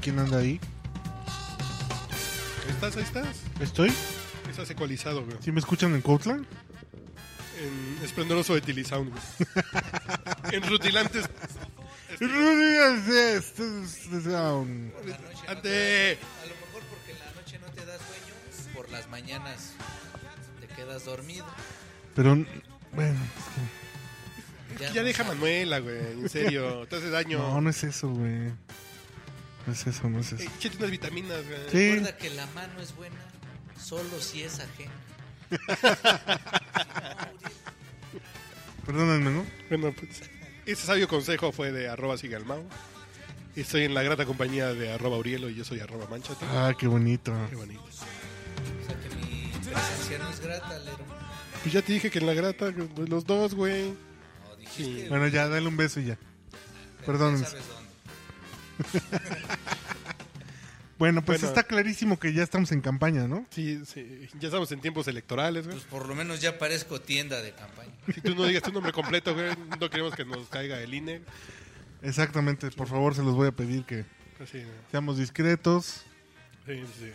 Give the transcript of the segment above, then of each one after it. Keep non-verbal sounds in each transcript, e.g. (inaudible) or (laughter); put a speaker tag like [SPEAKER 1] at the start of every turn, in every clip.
[SPEAKER 1] quién anda ahí.
[SPEAKER 2] Ahí estás, ahí estás.
[SPEAKER 1] ¿Estoy?
[SPEAKER 2] Estás ecualizado, güey.
[SPEAKER 1] ¿Sí me escuchan en Coutland?
[SPEAKER 2] En esplendoroso de Tilisound,
[SPEAKER 3] (laughs)
[SPEAKER 2] güey. en rutilantes. Ante.
[SPEAKER 3] A lo mejor porque en la noche no te da sueño, por las mañanas te quedas dormido.
[SPEAKER 1] Pero, bueno, es
[SPEAKER 3] Ya,
[SPEAKER 2] Ya
[SPEAKER 3] no
[SPEAKER 2] deja a
[SPEAKER 3] sabes.
[SPEAKER 2] Manuela, güey. En serio. Te hace
[SPEAKER 1] que...
[SPEAKER 2] daño.
[SPEAKER 1] No, no es eso, güey. No es eso, no es
[SPEAKER 2] Eh,
[SPEAKER 1] eso.
[SPEAKER 2] Échate unas vitaminas, güey.
[SPEAKER 1] Sí,
[SPEAKER 3] Recuerda que la mano es buena solo si es ajena.
[SPEAKER 1] perdónenme, ¿no?
[SPEAKER 2] Bueno, pues. Este sabio consejo fue de arroba sigalmao. Y Estoy en la grata compañía de arroba Urielo y yo soy arroba manchate.
[SPEAKER 1] Ah, qué bonito.
[SPEAKER 2] Qué bonito.
[SPEAKER 3] O sea que mi presencia no es grata, Lero.
[SPEAKER 2] Pues ya te dije que en la grata, güey, pues, los dos, güey.
[SPEAKER 3] No,
[SPEAKER 2] Sí.
[SPEAKER 3] dijiste.
[SPEAKER 1] Bueno, ya, dale un beso y ya.
[SPEAKER 3] pero
[SPEAKER 1] perdón.
[SPEAKER 3] ya sabes dónde.
[SPEAKER 1] Bueno, pues
[SPEAKER 2] Bueno.
[SPEAKER 1] está clarísimo que ya estamos en campaña, ¿no?
[SPEAKER 2] Sí, sí. Ya estamos en tiempos electorales, güey.
[SPEAKER 3] Pues por lo menos ya parezco tienda de campaña.
[SPEAKER 2] Si tú no digas tu nombre completo, güey, no queremos que nos caiga el INE.
[SPEAKER 1] Exactamente, por favor, se los voy a pedir que
[SPEAKER 2] Así, ¿no?
[SPEAKER 1] seamos discretos.
[SPEAKER 2] sí, sí.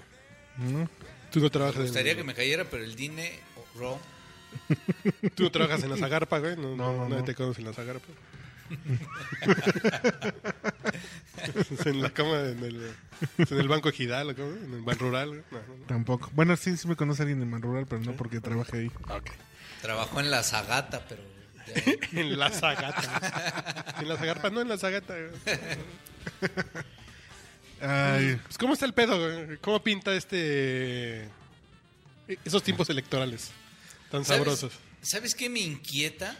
[SPEAKER 1] ¿no?
[SPEAKER 2] Tú no
[SPEAKER 3] Me
[SPEAKER 2] trabajas
[SPEAKER 3] gustaría
[SPEAKER 2] en,
[SPEAKER 3] que me cayera, pero el Dine o Ro
[SPEAKER 2] tú no trabajas en la Zagarpa, güey. No,
[SPEAKER 1] No,
[SPEAKER 2] no,
[SPEAKER 1] no,
[SPEAKER 2] nadie
[SPEAKER 1] no.
[SPEAKER 2] te conoce en la (laughs) Zagarpa. en la cama, en el, en el banco ejidal, ¿o cómo? en el ban rural. güey. No, no,
[SPEAKER 1] Tampoco. Bueno, sí, sí me conoce alguien de Man Rural, pero no porque trabajé ahí.
[SPEAKER 2] no. Ok.
[SPEAKER 3] trabajó en la Zagata, pero ya-
[SPEAKER 2] En la Zagata. en la Zagarpa, no en la Zagata. güey.
[SPEAKER 1] Ay,
[SPEAKER 2] Pues, ¿Cómo está el pedo? güey? ¿Cómo pinta este. esos tiempos electorales tan
[SPEAKER 3] ¿Sabes-
[SPEAKER 2] sabrosos?
[SPEAKER 3] ¿Sabes qué me inquieta?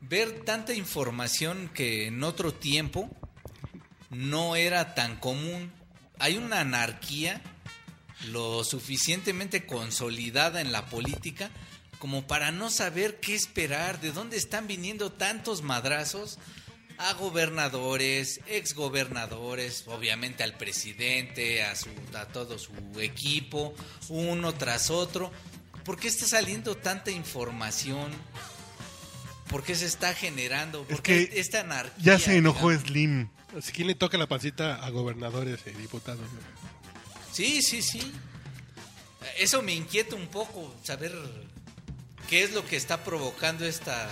[SPEAKER 3] Ver tanta información que en otro tiempo no era tan común. Hay una anarquía lo suficientemente consolidada en la política como para no saber qué esperar, de dónde están viniendo tantos madrazos a gobernadores, exgobernadores, obviamente al presidente, a, su, a todo su equipo, uno tras otro. ¿Por qué está saliendo tanta información? ¿Por qué se está generando? ¿Por
[SPEAKER 1] Es
[SPEAKER 3] qué
[SPEAKER 1] que
[SPEAKER 3] esta anarquía?
[SPEAKER 1] ya se enojó
[SPEAKER 3] digamos?
[SPEAKER 1] Slim.
[SPEAKER 2] Así, ¿Quién le toca la pancita a gobernadores y diputados? güey?
[SPEAKER 3] Sí, sí, sí. Eso me inquieta un poco, saber qué es lo que está provocando esta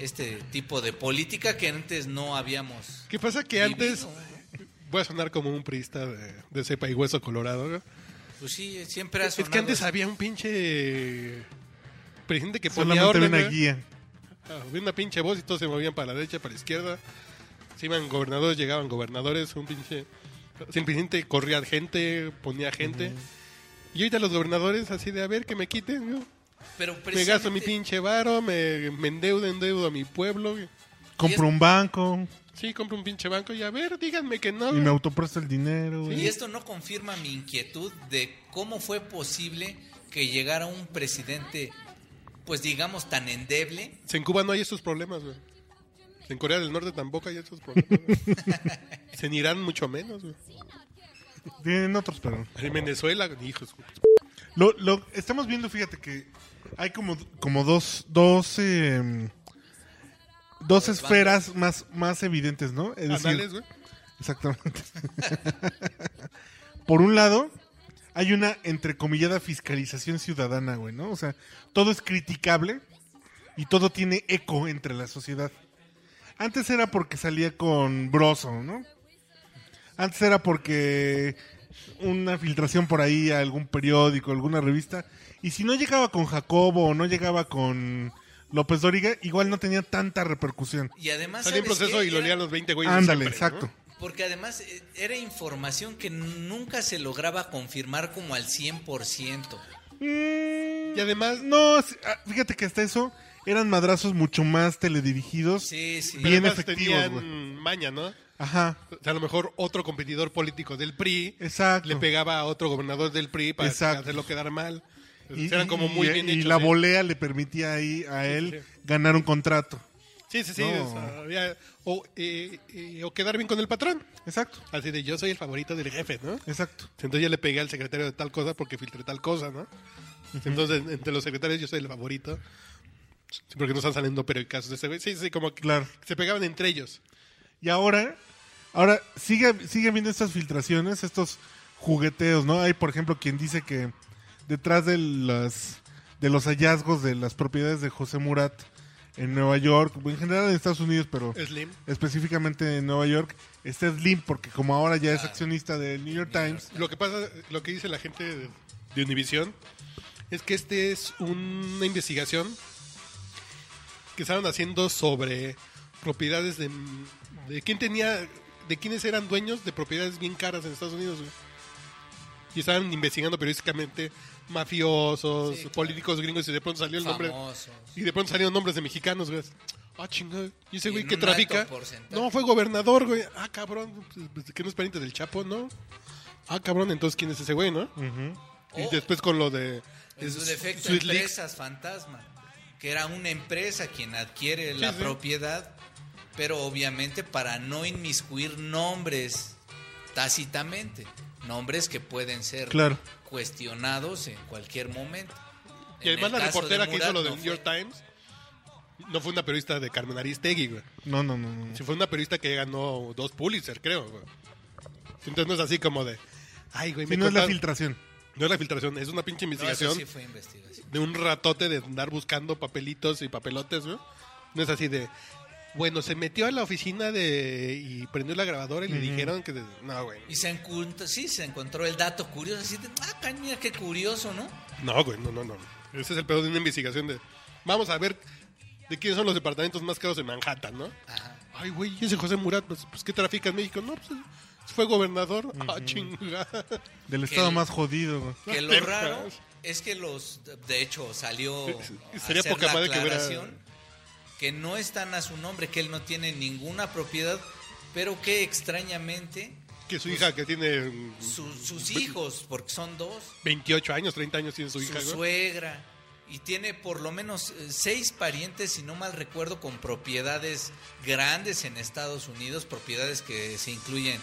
[SPEAKER 3] este tipo de política que antes no habíamos.
[SPEAKER 2] ¿Qué pasa que antes...
[SPEAKER 3] vivido.
[SPEAKER 2] Voy a sonar como un priista de, de cepa y hueso colorado. güey.
[SPEAKER 3] Pues sí, siempre ha
[SPEAKER 2] Es
[SPEAKER 3] sonado.
[SPEAKER 2] que antes
[SPEAKER 3] eso.
[SPEAKER 2] había un pinche presidente que ponía
[SPEAKER 1] Solamente
[SPEAKER 2] orden. ¿eh?
[SPEAKER 1] una
[SPEAKER 2] güey.
[SPEAKER 1] guía.
[SPEAKER 2] Ah, Había una pinche voz y todos se movían para la derecha, para la izquierda. Se iban gobernadores, llegaban gobernadores, un pinche... o sea, El presidente corría gente, ponía gente. Y ahorita los gobernadores así de, a ver, que me quiten, güey.
[SPEAKER 3] pero
[SPEAKER 2] Me gasto mi
[SPEAKER 3] precisamente-
[SPEAKER 2] pinche varo, me, me endeudo, endeudo a mi pueblo, güey.
[SPEAKER 1] Compro un banco
[SPEAKER 2] Sí, compro un pinche banco y a ver, díganme que no.
[SPEAKER 1] y
[SPEAKER 2] güey.
[SPEAKER 1] me autopresto el dinero.
[SPEAKER 3] Y
[SPEAKER 1] güey.
[SPEAKER 3] esto no confirma mi inquietud de cómo fue posible que llegara un presidente, pues digamos, tan endeble.
[SPEAKER 2] Si en Cuba no hay estos problemas, güey. Si En Corea del Norte tampoco hay estos problemas. güey. Si en Irán mucho menos, güey.
[SPEAKER 1] Tienen otros, pero...
[SPEAKER 2] En Venezuela, hijos. güey.
[SPEAKER 1] Lo, lo- estamos viendo, fíjate que hay como, como dos, dos, em, dos esferas más, más evidentes, ¿no? Es decir,
[SPEAKER 2] Anales, güey.
[SPEAKER 1] Exactamente. Por un lado, hay una entrecomillada fiscalización ciudadana, güey, ¿no? O sea, todo es criticable y todo tiene eco entre la sociedad. Antes era porque salía con Broso, ¿no? Antes era porque una filtración por ahí a algún periódico, alguna revista. Y si no llegaba con Jacobo o no llegaba con López Dóriga, igual no tenía tanta repercusión.
[SPEAKER 3] Y además.
[SPEAKER 2] Salí en
[SPEAKER 3] ¿sabes
[SPEAKER 2] proceso
[SPEAKER 3] qué?
[SPEAKER 2] y lo
[SPEAKER 3] Era-
[SPEAKER 2] leían los 20 güeyes. de
[SPEAKER 1] Ándale,
[SPEAKER 2] siempre, ¿no?
[SPEAKER 1] exacto.
[SPEAKER 3] Porque además eh, era información que nunca se lograba confirmar como al 100%.
[SPEAKER 1] Mm,
[SPEAKER 2] Y además,
[SPEAKER 1] No, sí, ah, fíjate que hasta eso eran madrazos mucho más teledirigidos.
[SPEAKER 3] Sí, sí.
[SPEAKER 2] pero
[SPEAKER 1] Bien
[SPEAKER 2] además
[SPEAKER 1] efectivos,
[SPEAKER 2] tenían
[SPEAKER 1] güey.
[SPEAKER 2] maña, ¿no? O
[SPEAKER 1] Ajá,
[SPEAKER 2] sea, a lo mejor otro competidor político del PRI
[SPEAKER 1] exacto.
[SPEAKER 2] le pegaba a otro gobernador del PRI para
[SPEAKER 1] Exacto.
[SPEAKER 2] hacerlo quedar mal.
[SPEAKER 1] y,
[SPEAKER 2] pues, Eran como muy
[SPEAKER 1] y-
[SPEAKER 2] bien
[SPEAKER 1] y
[SPEAKER 2] hechos,
[SPEAKER 1] la
[SPEAKER 2] ¿eh?
[SPEAKER 1] volea le permitía ahí a él
[SPEAKER 2] sí.
[SPEAKER 1] ganar un contrato.
[SPEAKER 2] Sí, sí, sí.
[SPEAKER 1] No.
[SPEAKER 2] o sea, había- o, eh, eh, o quedar bien con el patrón.
[SPEAKER 1] Exacto,
[SPEAKER 2] Así de yo soy el favorito del jefe, ¿no?
[SPEAKER 1] exacto.
[SPEAKER 2] Entonces ya le pegué al secretario de tal cosa porque filtré tal cosa, ¿no? Entonces, entre los secretarios yo soy el favorito. Sí, Porque no están saliendo pero casos de ese güey. Sí, sí, como que
[SPEAKER 1] Claro.
[SPEAKER 2] se pegaban entre ellos.
[SPEAKER 1] Y ahora Ahora, sigue, sigue habiendo estas filtraciones, estos jugueteos, ¿no? Hay, por ejemplo, quien dice que detrás de las de los hallazgos de las propiedades de José Murat en Nueva York, en general en Estados Unidos, pero
[SPEAKER 2] Slim.
[SPEAKER 1] específicamente en Nueva York, está Slim, porque como ahora ya es accionista del New York Times,
[SPEAKER 2] Lo que pasa, lo que dice la gente de, de Univision es que este es una investigación que estaban haciendo sobre propiedades de, de quién tenía, de quiénes eran dueños de propiedades bien caras en Estados Unidos. güey. Y estaban investigando periodísticamente mafiosos,
[SPEAKER 3] Sí, claro.
[SPEAKER 2] políticos gringos y de pronto salió el nombre
[SPEAKER 3] Famosos.
[SPEAKER 2] y de pronto salieron nombres de mexicanos, güey. Ah, chingada. Y ese
[SPEAKER 3] Y
[SPEAKER 2] güey
[SPEAKER 3] en
[SPEAKER 2] que
[SPEAKER 3] un
[SPEAKER 2] trafica.
[SPEAKER 3] alto porcentaje.
[SPEAKER 2] No, fue gobernador, güey. Ah, cabrón. pues, pues, Que no es pariente del Chapo, ¿no? Ah, cabrón. Entonces, ¿quién es ese güey, no? Y
[SPEAKER 3] Oh.
[SPEAKER 2] después con lo de.
[SPEAKER 3] En su
[SPEAKER 2] es-
[SPEAKER 3] defecto,
[SPEAKER 2] Sweet Leaks.
[SPEAKER 3] empresas fantasma, que era una empresa quien adquiere la
[SPEAKER 2] sí.
[SPEAKER 3] propiedad, pero obviamente para no inmiscuir nombres tácitamente, nombres que pueden ser
[SPEAKER 1] Claro.
[SPEAKER 3] cuestionados en cualquier momento.
[SPEAKER 2] Y además,
[SPEAKER 3] En el
[SPEAKER 2] la
[SPEAKER 3] caso de
[SPEAKER 2] reportera que hizo
[SPEAKER 3] Murat
[SPEAKER 2] lo
[SPEAKER 3] no
[SPEAKER 2] del New
[SPEAKER 3] fue.
[SPEAKER 2] York Times no fue una periodista de Carmen Aristegui, güey.
[SPEAKER 1] no, no, no, no.
[SPEAKER 2] Sí, fue una periodista que ganó dos Pulitzer, creo, güey. Entonces, no es así como de. Ay, güey,
[SPEAKER 1] Si no es la
[SPEAKER 2] contaron-
[SPEAKER 1] filtración.
[SPEAKER 2] No es la filtración, es una pinche
[SPEAKER 3] No, eso
[SPEAKER 2] investigación.
[SPEAKER 3] sí fue investigación.
[SPEAKER 2] de un ratote de andar buscando papelitos y papelotes, ¿no? No es así de, bueno, se metió a la oficina de y prendió la grabadora y le dijeron que... de- no, güey.
[SPEAKER 3] Y se encontró, sí, se encontró el dato curioso, así de, ah, caña, mira qué curioso, ¿no?
[SPEAKER 2] No, güey, no, no, no. Ese es el pedo de una investigación de... Vamos a ver de quiénes son los departamentos más caros de Manhattan, ¿no?
[SPEAKER 3] Ajá.
[SPEAKER 2] Ay, güey, ¿y ese José Murat, pues, pues, ¿qué trafica en México? No, pues fue gobernador. Ah, chingada.
[SPEAKER 1] Del estado
[SPEAKER 3] el-
[SPEAKER 1] más jodido, güey.
[SPEAKER 3] Que
[SPEAKER 2] Te
[SPEAKER 3] lo raro
[SPEAKER 2] pasas.
[SPEAKER 3] es que los, de hecho, salió a
[SPEAKER 2] Sería
[SPEAKER 3] hacer
[SPEAKER 2] poca
[SPEAKER 3] la
[SPEAKER 2] madre que hubiera-
[SPEAKER 3] aclaración que no están a su nombre, que él no tiene ninguna propiedad, pero que extrañamente
[SPEAKER 2] (laughs) Que su hija que tiene mm,
[SPEAKER 3] su- sus hijos, porque son dos,
[SPEAKER 2] 28 años, 30 años tiene su
[SPEAKER 3] su,
[SPEAKER 2] hija, güey.
[SPEAKER 3] suegra, y tiene por lo menos eh, seis parientes, si no mal recuerdo, con propiedades grandes en Estados Unidos, propiedades que se incluyen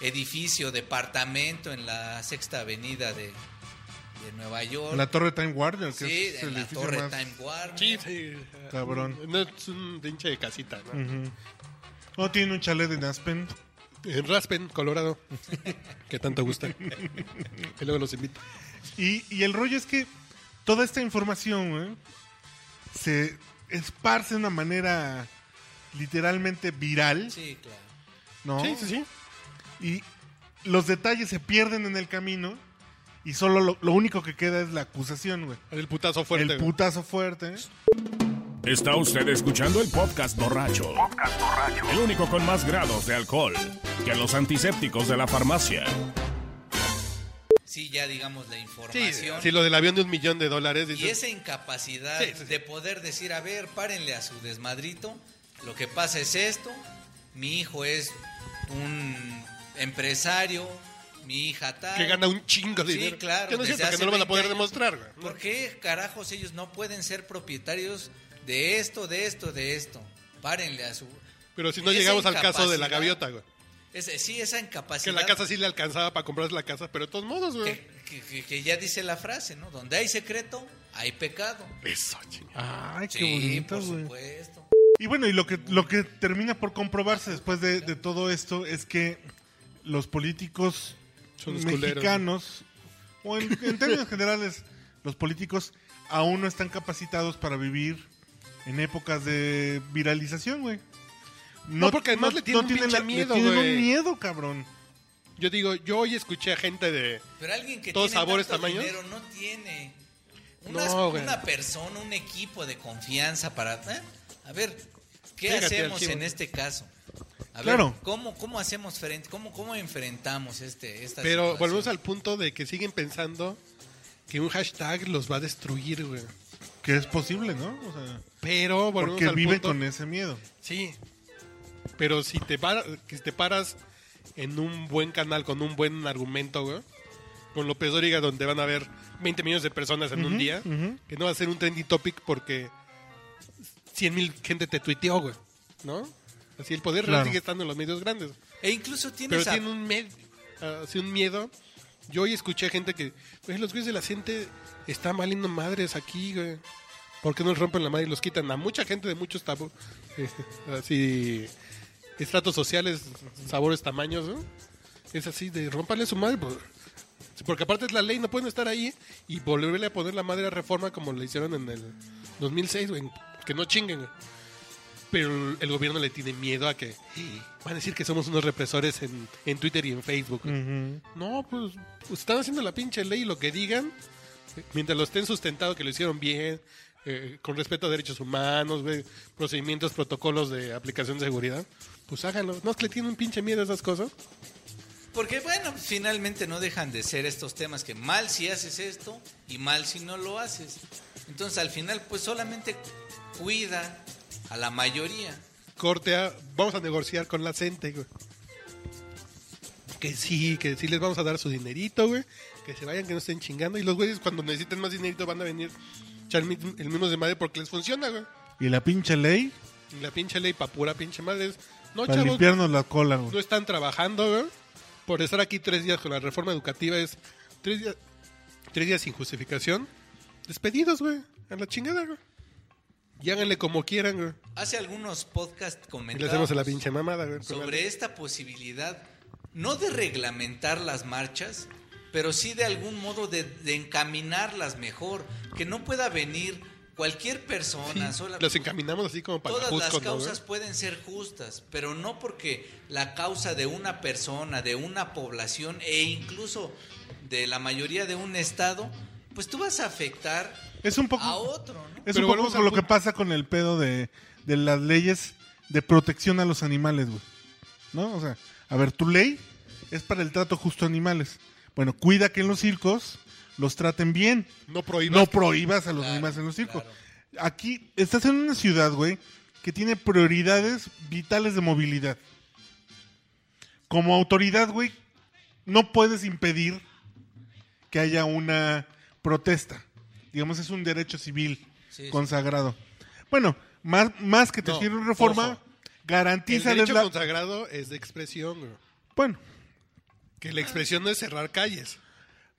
[SPEAKER 3] edificio, departamento en la Sexta Avenida de, de Nueva York.
[SPEAKER 1] La torre Time Warner, que
[SPEAKER 3] Sí,
[SPEAKER 1] es el
[SPEAKER 3] en la
[SPEAKER 1] edificio
[SPEAKER 3] torre
[SPEAKER 1] más-
[SPEAKER 3] Time Warner.
[SPEAKER 2] Sí, sí.
[SPEAKER 1] Cabrón.
[SPEAKER 2] No, es un hinche de casita, ¿no?
[SPEAKER 1] Ujú. No, tiene un chalet en Aspen.
[SPEAKER 2] En Eh, Raspen, Colorado. (laughs) que tanto gusta. (laughs) y luego los invito.
[SPEAKER 1] Y, y el rollo es que toda esta información, güey, se esparce de una manera literalmente viral,
[SPEAKER 3] Sí, claro.
[SPEAKER 1] ¿no?
[SPEAKER 2] Sí, sí, sí.
[SPEAKER 1] Y los detalles se pierden en el camino y solo lo, lo único que queda es la acusación, güey.
[SPEAKER 2] El putazo fuerte.
[SPEAKER 1] El putazo fuerte.
[SPEAKER 4] Está usted escuchando el podcast borracho. El único con más grados de alcohol que los antisépticos de la farmacia.
[SPEAKER 3] Sí, ya digamos la
[SPEAKER 2] sí,
[SPEAKER 3] información.
[SPEAKER 2] sí, lo del avión de un millón de dólares.
[SPEAKER 3] y
[SPEAKER 2] dices,
[SPEAKER 3] esa incapacidad
[SPEAKER 2] Sí, sí, sí.
[SPEAKER 3] de poder decir, a ver, párenle a su desmadrito, lo que pasa es esto, mi hijo es un empresario, mi hija tal.
[SPEAKER 2] Que gana un chingo de
[SPEAKER 3] Sí,
[SPEAKER 2] dinero.
[SPEAKER 3] claro,
[SPEAKER 2] Que no es
[SPEAKER 3] desde
[SPEAKER 2] cierto, que
[SPEAKER 3] hace
[SPEAKER 2] no lo van a
[SPEAKER 3] 20
[SPEAKER 2] poder
[SPEAKER 3] años.
[SPEAKER 2] demostrar, güey.
[SPEAKER 3] ¿Por qué carajos ellos no pueden ser propietarios de esto, de esto, de esto? Párenle a su...
[SPEAKER 2] Pero si no
[SPEAKER 3] Esa
[SPEAKER 2] llegamos al caso de la
[SPEAKER 3] incapacidad-
[SPEAKER 2] gaviota, güey.
[SPEAKER 3] Ese- sí, esa
[SPEAKER 2] Que
[SPEAKER 3] incapacidad.
[SPEAKER 2] la casa sí le alcanzaba para comprarse la casa, pero de todos modos, güey.
[SPEAKER 3] que, que- que- que ya dice la frase, ¿no? Donde hay secreto, hay pecado.
[SPEAKER 2] Eso, chingada.
[SPEAKER 1] Ay, qué
[SPEAKER 3] sí,
[SPEAKER 1] bonito,
[SPEAKER 3] por
[SPEAKER 1] güey.
[SPEAKER 3] supuesto.
[SPEAKER 1] Y bueno, y lo que, lo que termina por comprobarse después de, de todo esto es que los políticos
[SPEAKER 2] Son unos culeros.
[SPEAKER 1] mexicanos, o en, en términos generales, los políticos aún no están capacitados para vivir en épocas de viralización, güey.
[SPEAKER 2] No, porque además le tienen un pinche
[SPEAKER 1] le
[SPEAKER 2] miedo,
[SPEAKER 1] tienen
[SPEAKER 2] güey.
[SPEAKER 1] un miedo, cabrón.
[SPEAKER 2] Yo digo, yo hoy escuché a gente de.
[SPEAKER 3] Pero alguien que
[SPEAKER 2] ¿Todos
[SPEAKER 3] tiene
[SPEAKER 2] sabores,
[SPEAKER 3] tanto
[SPEAKER 2] tamaños?
[SPEAKER 3] dinero no tiene
[SPEAKER 2] No,
[SPEAKER 3] una,
[SPEAKER 2] güey.
[SPEAKER 3] una persona, un equipo de confianza para... ¿eh? A ver, ¿qué
[SPEAKER 2] Fíjate,
[SPEAKER 3] hacemos
[SPEAKER 2] archivo.
[SPEAKER 3] en este caso? A
[SPEAKER 1] Claro.
[SPEAKER 3] ver, ¿cómo, ¿cómo hacemos frente? ¿Cómo, cómo enfrentamos este, esta
[SPEAKER 2] Pero
[SPEAKER 3] situación?
[SPEAKER 2] volvemos al punto de que siguen pensando que un hashtag los va a destruir, güey.
[SPEAKER 1] Que es posible, ¿no? O sea,
[SPEAKER 2] Pero volvemos
[SPEAKER 1] porque
[SPEAKER 2] al
[SPEAKER 1] viven
[SPEAKER 2] punto.
[SPEAKER 1] con ese miedo.
[SPEAKER 2] Sí. Pero si te, para- que si te paras en un buen canal con un buen argumento, güey. Con López Dóriga, donde van a haber 20 millones de personas en un día. Que no va a ser un trendy topic porque 100 mil gente te tuiteó, güey. ¿No? Así el poder real
[SPEAKER 1] Claro.
[SPEAKER 2] sigue estando en los medios grandes.
[SPEAKER 3] E incluso
[SPEAKER 2] Pero
[SPEAKER 3] tienes a-
[SPEAKER 2] tiene un, med- así un miedo. Yo hoy escuché gente que... "Güey, los güeyes de la gente están valiendo madres aquí, güey. (laughs) ¿Por qué no les rompen la madre y los quitan? A mucha gente de muchos tabú. eh, así... estratos sociales, sabores, tamaños, ¿no? Es así de romperle su madre. por- Porque aparte es la ley, no pueden estar ahí y volverle a poner la madre a reforma como le hicieron en el 2006, güey. Que no chinguen, güey. Pero el gobierno le tiene miedo a que van a decir que somos unos represores en, en Twitter y en Facebook.
[SPEAKER 1] Mm.
[SPEAKER 2] güey. No, pues están haciendo la pinche ley y lo que digan, eh, mientras lo estén sustentado, que lo hicieron bien, eh, con respeto a derechos humanos, güey, procedimientos, protocolos de aplicación de seguridad, pues háganlo. No es que le tienen un pinche miedo a esas cosas.
[SPEAKER 3] Porque bueno, finalmente no dejan de ser estos temas que mal si haces esto y mal si no lo haces. Entonces al final pues solamente cuida a la mayoría.
[SPEAKER 2] Corte a, vamos a negociar con la gente, güey. Que sí, que sí les vamos a dar su dinerito, güey. Que se vayan, que no estén chingando. Y los güeyes cuando necesiten más dinerito van a venir a echar mi- el mismo de madre porque les funciona, güey.
[SPEAKER 1] Y la pinche ley
[SPEAKER 2] Y la pinche ley pa' pura pinche madre es, no,
[SPEAKER 1] para
[SPEAKER 2] chavos,
[SPEAKER 1] limpiarnos la cola, güey.
[SPEAKER 2] no están trabajando, güey. Por estar aquí tres días con la reforma educativa es tres días, tres días sin justificación. Despedidos, güey. A la chingada, güey. Y háganle como quieran, güey.
[SPEAKER 3] Hace algunos podcasts
[SPEAKER 2] Y le hacemos
[SPEAKER 3] comentamos
[SPEAKER 2] a la pinche mamada, güey. con la-
[SPEAKER 3] sobre esta posibilidad, no de reglamentar las marchas, pero sí de algún modo de, de encaminarlas mejor, que no pueda venir cualquier persona, sola-
[SPEAKER 2] Los encaminamos así como para
[SPEAKER 3] Todas las
[SPEAKER 2] Jusco, ¿no, güey?
[SPEAKER 3] causas pueden ser justas, pero no porque la causa de una persona, de una población e incluso de la mayoría de un estado, pues tú vas a afectar
[SPEAKER 1] Es un poco,
[SPEAKER 3] a otro, ¿no?
[SPEAKER 1] es
[SPEAKER 2] Pero
[SPEAKER 1] un poco
[SPEAKER 2] volvemos
[SPEAKER 1] como
[SPEAKER 2] al
[SPEAKER 1] lo que
[SPEAKER 2] punto.
[SPEAKER 1] pasa con el pedo de, de las leyes de protección a los animales, güey. ¿No? O sea, a ver, tu ley es para el trato justo a animales. Bueno, cuida que en los circos los traten bien.
[SPEAKER 2] No prohíbas.
[SPEAKER 1] No prohíbas a los
[SPEAKER 3] Claro,
[SPEAKER 1] animales en los circos.
[SPEAKER 3] claro.
[SPEAKER 1] Aquí estás en una ciudad, güey, que tiene prioridades vitales de movilidad. Como autoridad, güey, no puedes impedir que haya una protesta. Digamos, es un derecho civil
[SPEAKER 3] Sí, sí.
[SPEAKER 1] consagrado. Bueno, más, más que te
[SPEAKER 2] No,
[SPEAKER 1] una reforma,
[SPEAKER 2] ojo. el
[SPEAKER 1] garantiza
[SPEAKER 2] derecho
[SPEAKER 1] la...
[SPEAKER 2] consagrado es de expresión, güey.
[SPEAKER 1] Bueno,
[SPEAKER 2] Que la expresión no es cerrar calles.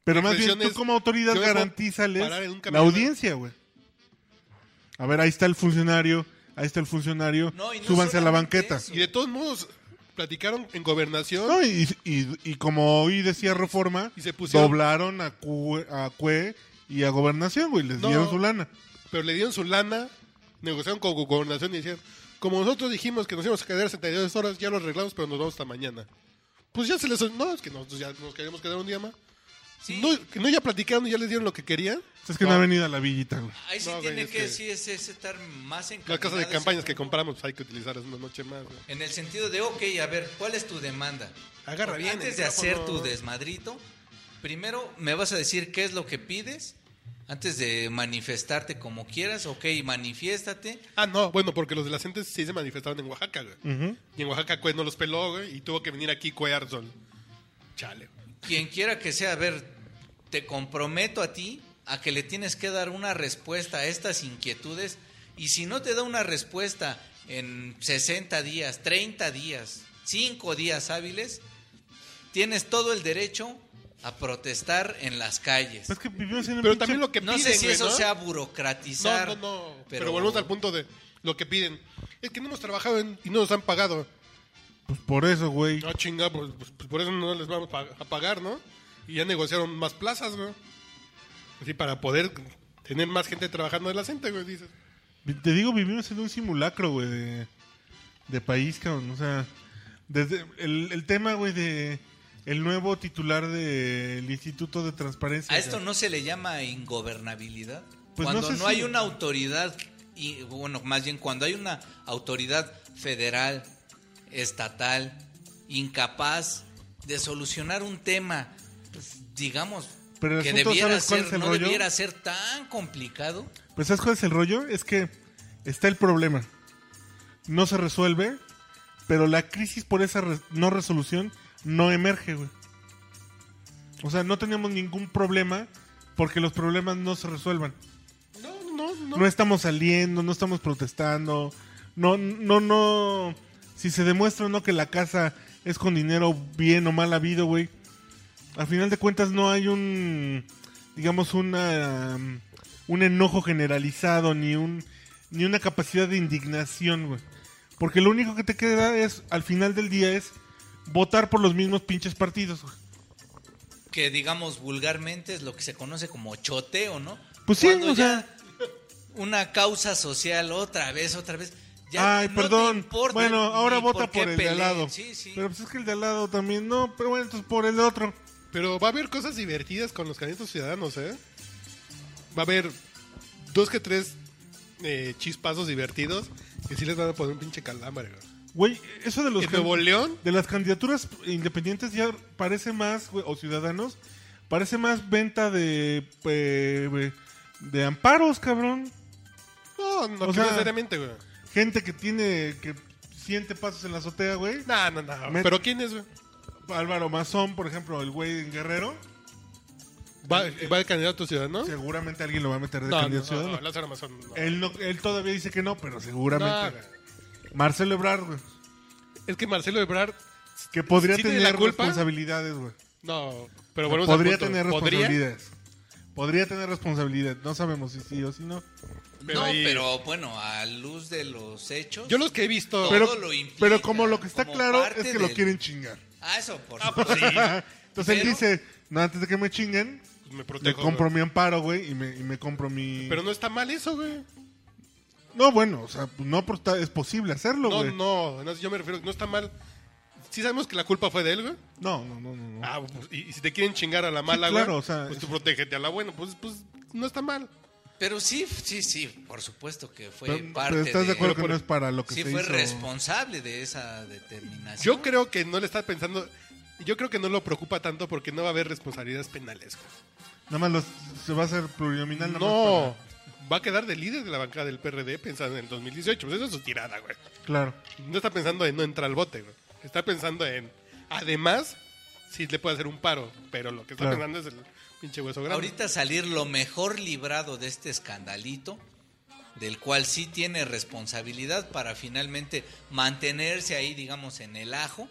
[SPEAKER 1] Pero
[SPEAKER 2] La
[SPEAKER 1] más bien,
[SPEAKER 2] cuestión
[SPEAKER 1] tú
[SPEAKER 2] es,
[SPEAKER 1] como autoridad
[SPEAKER 2] yo debo
[SPEAKER 1] garantízales
[SPEAKER 2] parar en un
[SPEAKER 1] la
[SPEAKER 2] camión.
[SPEAKER 1] audiencia, güey. A ver, ahí está el funcionario, ahí está el funcionario,
[SPEAKER 3] No, y no
[SPEAKER 1] súbanse a la
[SPEAKER 3] solamente
[SPEAKER 1] banqueta.
[SPEAKER 3] eso.
[SPEAKER 2] Y de todos modos, platicaron en gobernación.
[SPEAKER 1] No, y, y- y como hoy decía Reforma,
[SPEAKER 2] Y se pusieron-
[SPEAKER 1] doblaron a Cue, a Cue y a Gobernación, güey, les
[SPEAKER 2] No.
[SPEAKER 1] dieron su lana.
[SPEAKER 2] pero le dieron su lana, negociaron con con gobernación y decían, como nosotros dijimos que nos íbamos a quedar 72 horas, ya lo arreglamos, pero nos vamos hasta mañana. Pues ya se les... No, es que nosotros ya nos queríamos quedar un día más.
[SPEAKER 3] Sí.
[SPEAKER 2] No, que no ya platicaron y ya les dieron lo que querían.
[SPEAKER 1] Es que no, ha venido a la villita, güey.
[SPEAKER 3] Ahí sí
[SPEAKER 2] No, güey,
[SPEAKER 3] tiene
[SPEAKER 2] es
[SPEAKER 3] que,
[SPEAKER 2] que-
[SPEAKER 3] sí, es, es estar más
[SPEAKER 2] La casa de
[SPEAKER 3] encaminadas
[SPEAKER 2] campañas que compramos, pues hay que utilizarlas una noche más. güey.
[SPEAKER 3] En el sentido de, ok, a ver, ¿cuál es tu demanda?
[SPEAKER 2] Agarra bien
[SPEAKER 3] Antes
[SPEAKER 2] el
[SPEAKER 3] de hacer
[SPEAKER 2] micrófono.
[SPEAKER 3] tu desmadrito, primero me vas a decir qué es lo que pides. Antes de manifestarte como quieras, ok, manifiéstate.
[SPEAKER 2] Ah, no, bueno, porque los de las gentes sí se manifestaron en Oaxaca, güey.
[SPEAKER 1] Ujú.
[SPEAKER 2] Y en Oaxaca Cue no los peló, güey, y tuvo que venir aquí Cue Arzol. Chale.
[SPEAKER 3] Quien quiera que sea, a ver, te comprometo a ti a que le tienes que dar una respuesta a estas inquietudes. Y si no te da una respuesta en 60 días, 30 días, 5 días hábiles, tienes todo el derecho a protestar en las calles.
[SPEAKER 1] Es que vivimos en un
[SPEAKER 2] Pero
[SPEAKER 1] pinche-
[SPEAKER 2] también lo que
[SPEAKER 3] no
[SPEAKER 2] Pues, piden,
[SPEAKER 3] sé si
[SPEAKER 2] güey,
[SPEAKER 3] eso
[SPEAKER 2] ¿no?
[SPEAKER 3] sea
[SPEAKER 2] No,
[SPEAKER 3] burocratizar.
[SPEAKER 2] no, no. Pero... volvemos al punto de lo que piden. Es que no hemos trabajado en- y no nos han pagado.
[SPEAKER 1] Pues por eso, güey.
[SPEAKER 2] No, chinga, pues, pues- pues por eso no les vamos pa- a pagar, ¿no? Y ya negociaron más plazas, güey. Así para poder tener más gente trabajando de la gente, güey, dices.
[SPEAKER 1] Te digo, vivimos en un simulacro, güey, de, de país, cabrón. O sea, desde el, el tema, güey, de el nuevo titular del Instituto de Transparencia.
[SPEAKER 3] ¿A esto
[SPEAKER 1] güey.
[SPEAKER 3] no se le llama ingobernabilidad?
[SPEAKER 1] Pues no
[SPEAKER 3] cuando no,
[SPEAKER 1] sé si-
[SPEAKER 3] hay una autoridad, y bueno, más bien cuando hay una autoridad federal, estatal, incapaz de solucionar un tema, pues, digamos,
[SPEAKER 1] Pero el
[SPEAKER 3] que
[SPEAKER 1] asunto,
[SPEAKER 3] debiera
[SPEAKER 1] ¿sabes cuál es
[SPEAKER 3] ser,
[SPEAKER 1] el
[SPEAKER 3] no
[SPEAKER 1] rollo?
[SPEAKER 3] debiera ser tan complicado.
[SPEAKER 1] Pues ¿sabes cuál es el rollo? Es que está el problema. No se resuelve, pero la crisis por esa re- no resolución no emerge, güey. O sea, no tenemos ningún problema porque los problemas no se resuelvan.
[SPEAKER 2] No, no, no.
[SPEAKER 1] No estamos saliendo, no estamos protestando. No, no, no. Si se demuestra o no que la casa es con dinero bien o mal habido, güey. Al final de cuentas no hay un, digamos, una, um, un enojo generalizado ni un, ni una capacidad de indignación, güey. Porque lo único que te queda es, al final del día, es votar por los mismos pinches partidos. güey.
[SPEAKER 3] Que digamos vulgarmente es lo que se conoce como choteo, ¿no?
[SPEAKER 1] Pues sí,
[SPEAKER 3] Cuando
[SPEAKER 1] o sea.
[SPEAKER 3] ya Una causa social otra vez, otra vez. Ya
[SPEAKER 1] Ay,
[SPEAKER 3] no te
[SPEAKER 1] perdón.
[SPEAKER 3] importa
[SPEAKER 1] Bueno,
[SPEAKER 3] ni
[SPEAKER 1] ahora vota
[SPEAKER 3] qué
[SPEAKER 1] por el de al
[SPEAKER 3] peleen.
[SPEAKER 1] lado.
[SPEAKER 3] Sí, sí.
[SPEAKER 1] Pero pues es que el de al lado también. No, pero bueno, entonces por el otro.
[SPEAKER 2] Pero va a haber cosas divertidas con los candidatos ciudadanos, ¿eh? Va a haber dos que tres eh, chispazos divertidos que sí les van a poner un pinche calambre, güey.
[SPEAKER 1] Güey, eso de los.
[SPEAKER 2] En Nuevo
[SPEAKER 1] can-
[SPEAKER 2] León,
[SPEAKER 1] De las candidaturas independientes ya parece más, güey, o ciudadanos, parece más venta de. eh, güey, de amparos, cabrón.
[SPEAKER 2] no, no
[SPEAKER 1] O
[SPEAKER 2] que
[SPEAKER 1] sea-
[SPEAKER 2] necesariamente, güey.
[SPEAKER 1] Gente que tiene. que siente pasos en la azotea, güey.
[SPEAKER 2] No, no, no.
[SPEAKER 1] Me-
[SPEAKER 2] Pero ¿quién es, güey?
[SPEAKER 1] Álvaro Mazón, por ejemplo, el güey en Guerrero.
[SPEAKER 2] ¿Va,
[SPEAKER 1] Eh,
[SPEAKER 2] va el candidato ciudadano?
[SPEAKER 1] Seguramente alguien lo va a meter de
[SPEAKER 2] No, no,
[SPEAKER 1] candidato
[SPEAKER 2] no,
[SPEAKER 1] ciudadano. Eh,
[SPEAKER 2] no, Lázaro Mazón, no.
[SPEAKER 1] Él, no- él todavía dice que no, pero
[SPEAKER 2] No,
[SPEAKER 1] seguramente.
[SPEAKER 2] güey.
[SPEAKER 1] Marcelo Ebrard, güey.
[SPEAKER 2] es que Marcelo Ebrard,
[SPEAKER 1] Que podría
[SPEAKER 2] ¿Sí tiene
[SPEAKER 1] tener
[SPEAKER 2] la culpa?
[SPEAKER 1] responsabilidades, güey.
[SPEAKER 2] no, pero volvemos al
[SPEAKER 1] Podría
[SPEAKER 2] punto.
[SPEAKER 1] tener
[SPEAKER 2] Podría,
[SPEAKER 1] responsabilidades. Podría tener responsabilidad. No sabemos si sí o si no.
[SPEAKER 2] pero
[SPEAKER 3] no,
[SPEAKER 2] ahí-
[SPEAKER 3] pero bueno, a luz de los hechos.
[SPEAKER 2] Yo los que he visto...
[SPEAKER 3] Todo
[SPEAKER 1] Pero,
[SPEAKER 3] lo implica,
[SPEAKER 1] pero como lo que está
[SPEAKER 3] como
[SPEAKER 1] claro
[SPEAKER 3] parte
[SPEAKER 1] es que lo
[SPEAKER 3] del-
[SPEAKER 1] quieren chingar.
[SPEAKER 3] Ah, eso, por
[SPEAKER 2] Ah, pues sí,
[SPEAKER 1] Entonces él
[SPEAKER 3] Pero-
[SPEAKER 1] dice, no, antes de que me chinguen,
[SPEAKER 2] pues me
[SPEAKER 1] le
[SPEAKER 2] protejo.
[SPEAKER 1] compro
[SPEAKER 2] güey.
[SPEAKER 1] mi amparo, güey, y me, y me compro mi...
[SPEAKER 2] Pero no está mal eso, güey.
[SPEAKER 1] No, bueno, o sea, pues, no pero está- es posible (laughs) hacerlo,
[SPEAKER 2] No,
[SPEAKER 1] güey.
[SPEAKER 2] no, no, yo me refiero, no está mal. Sí sabemos que la culpa fue de él, güey.
[SPEAKER 1] No, no, no, no. no.
[SPEAKER 2] Ah, pues, y, y si te quieren chingar a la mala,
[SPEAKER 1] claro,
[SPEAKER 2] güey,
[SPEAKER 1] o sea,
[SPEAKER 2] pues
[SPEAKER 1] es-
[SPEAKER 2] tú protégete a la buena, pues, pues no está mal.
[SPEAKER 3] (laughs) Pero sí, sí, sí, por supuesto que fue
[SPEAKER 1] pero,
[SPEAKER 3] parte
[SPEAKER 1] pero estás de acuerdo que
[SPEAKER 2] por-
[SPEAKER 1] no es para lo que
[SPEAKER 3] sí
[SPEAKER 1] se
[SPEAKER 3] fue
[SPEAKER 1] hizo.
[SPEAKER 3] responsable de esa determinación.
[SPEAKER 2] Yo creo que no le está pensando, yo creo que no lo preocupa tanto porque no va a haber responsabilidades penales. güey.
[SPEAKER 1] Nada más los- se va a hacer plurinominal. nada
[SPEAKER 2] No, va a quedar de líder de la bancada del PRD pensando en el 2018, pues eso es su tirada, güey.
[SPEAKER 1] más para- Claro.
[SPEAKER 2] No está pensando en no entrar al bote, güey. Está pensando en, además, si le puede hacer un paro, pero lo que está
[SPEAKER 1] Claro.
[SPEAKER 2] pensando es el pinche hueso grande.
[SPEAKER 3] Ahorita salir lo mejor librado de este escandalito, del cual sí tiene responsabilidad para finalmente mantenerse ahí, digamos, en el ajo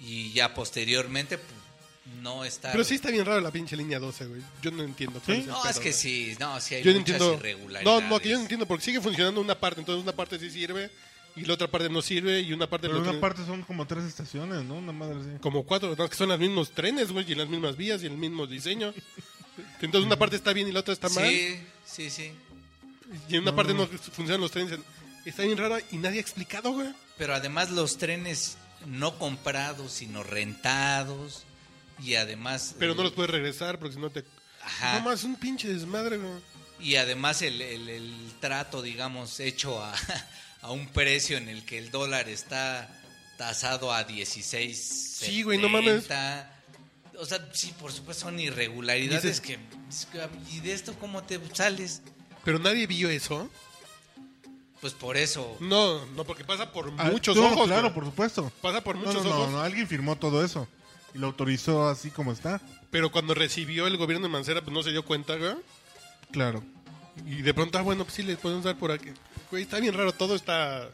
[SPEAKER 3] y ya posteriormente pu- no estar.
[SPEAKER 2] Pero sí está bien raro la pinche línea 12, güey. Yo no entiendo. cuál
[SPEAKER 1] ¿Sí?
[SPEAKER 2] el
[SPEAKER 3] No,
[SPEAKER 2] pedo,
[SPEAKER 3] es que
[SPEAKER 2] güey.
[SPEAKER 3] sí, no, sí hay
[SPEAKER 2] Yo no
[SPEAKER 3] muchas
[SPEAKER 2] entiendo. No,
[SPEAKER 3] irregularidades.
[SPEAKER 2] no, que yo no entiendo porque sigue funcionando una parte, entonces una parte sí sirve y la otra parte no sirve y una parte
[SPEAKER 1] Pero
[SPEAKER 2] lo
[SPEAKER 1] una
[SPEAKER 2] tiene-
[SPEAKER 1] parte son como tres estaciones, ¿no? Una madre así.
[SPEAKER 2] como cuatro, no, que son los mismos trenes, güey, y las mismas vías y el mismo diseño. Entonces una parte está bien y la otra está mal
[SPEAKER 3] Sí, sí, sí.
[SPEAKER 2] y en una parte no funcionan los trenes. Está bien raro y nadie ha explicado, güey.
[SPEAKER 3] Pero además los trenes no comprados, sino rentados. Y además.
[SPEAKER 2] Pero no
[SPEAKER 3] eh,
[SPEAKER 2] los puedes regresar porque si no te
[SPEAKER 3] Ajá.
[SPEAKER 2] No más es un pinche desmadre, güey.
[SPEAKER 3] Y además el, el- el trato, digamos, hecho a, (laughs) a un precio en el que el dólar está tasado a 16.
[SPEAKER 2] Sí, güey, no mames.
[SPEAKER 3] O sea, sí, por supuesto, son
[SPEAKER 2] Dices-
[SPEAKER 3] irregularidades que... ¿Y de esto cómo te sales?
[SPEAKER 2] Pero nadie vio eso.
[SPEAKER 3] Pues por eso...
[SPEAKER 2] No, no porque pasa por
[SPEAKER 1] Ah,
[SPEAKER 2] muchos
[SPEAKER 1] no,
[SPEAKER 2] ojos.
[SPEAKER 1] Claro,
[SPEAKER 2] güey.
[SPEAKER 1] por supuesto.
[SPEAKER 2] Pasa por
[SPEAKER 1] No,
[SPEAKER 2] muchos
[SPEAKER 1] no, no,
[SPEAKER 2] ojos.
[SPEAKER 1] no, alguien firmó todo eso y lo autorizó así como está.
[SPEAKER 2] Pero cuando recibió el gobierno de Mancera, pues no se dio cuenta, güey.
[SPEAKER 1] Claro.
[SPEAKER 2] Y de pronto, ah, bueno, pues sí, le podemos dar por aquí. Güey, está bien raro, todo está...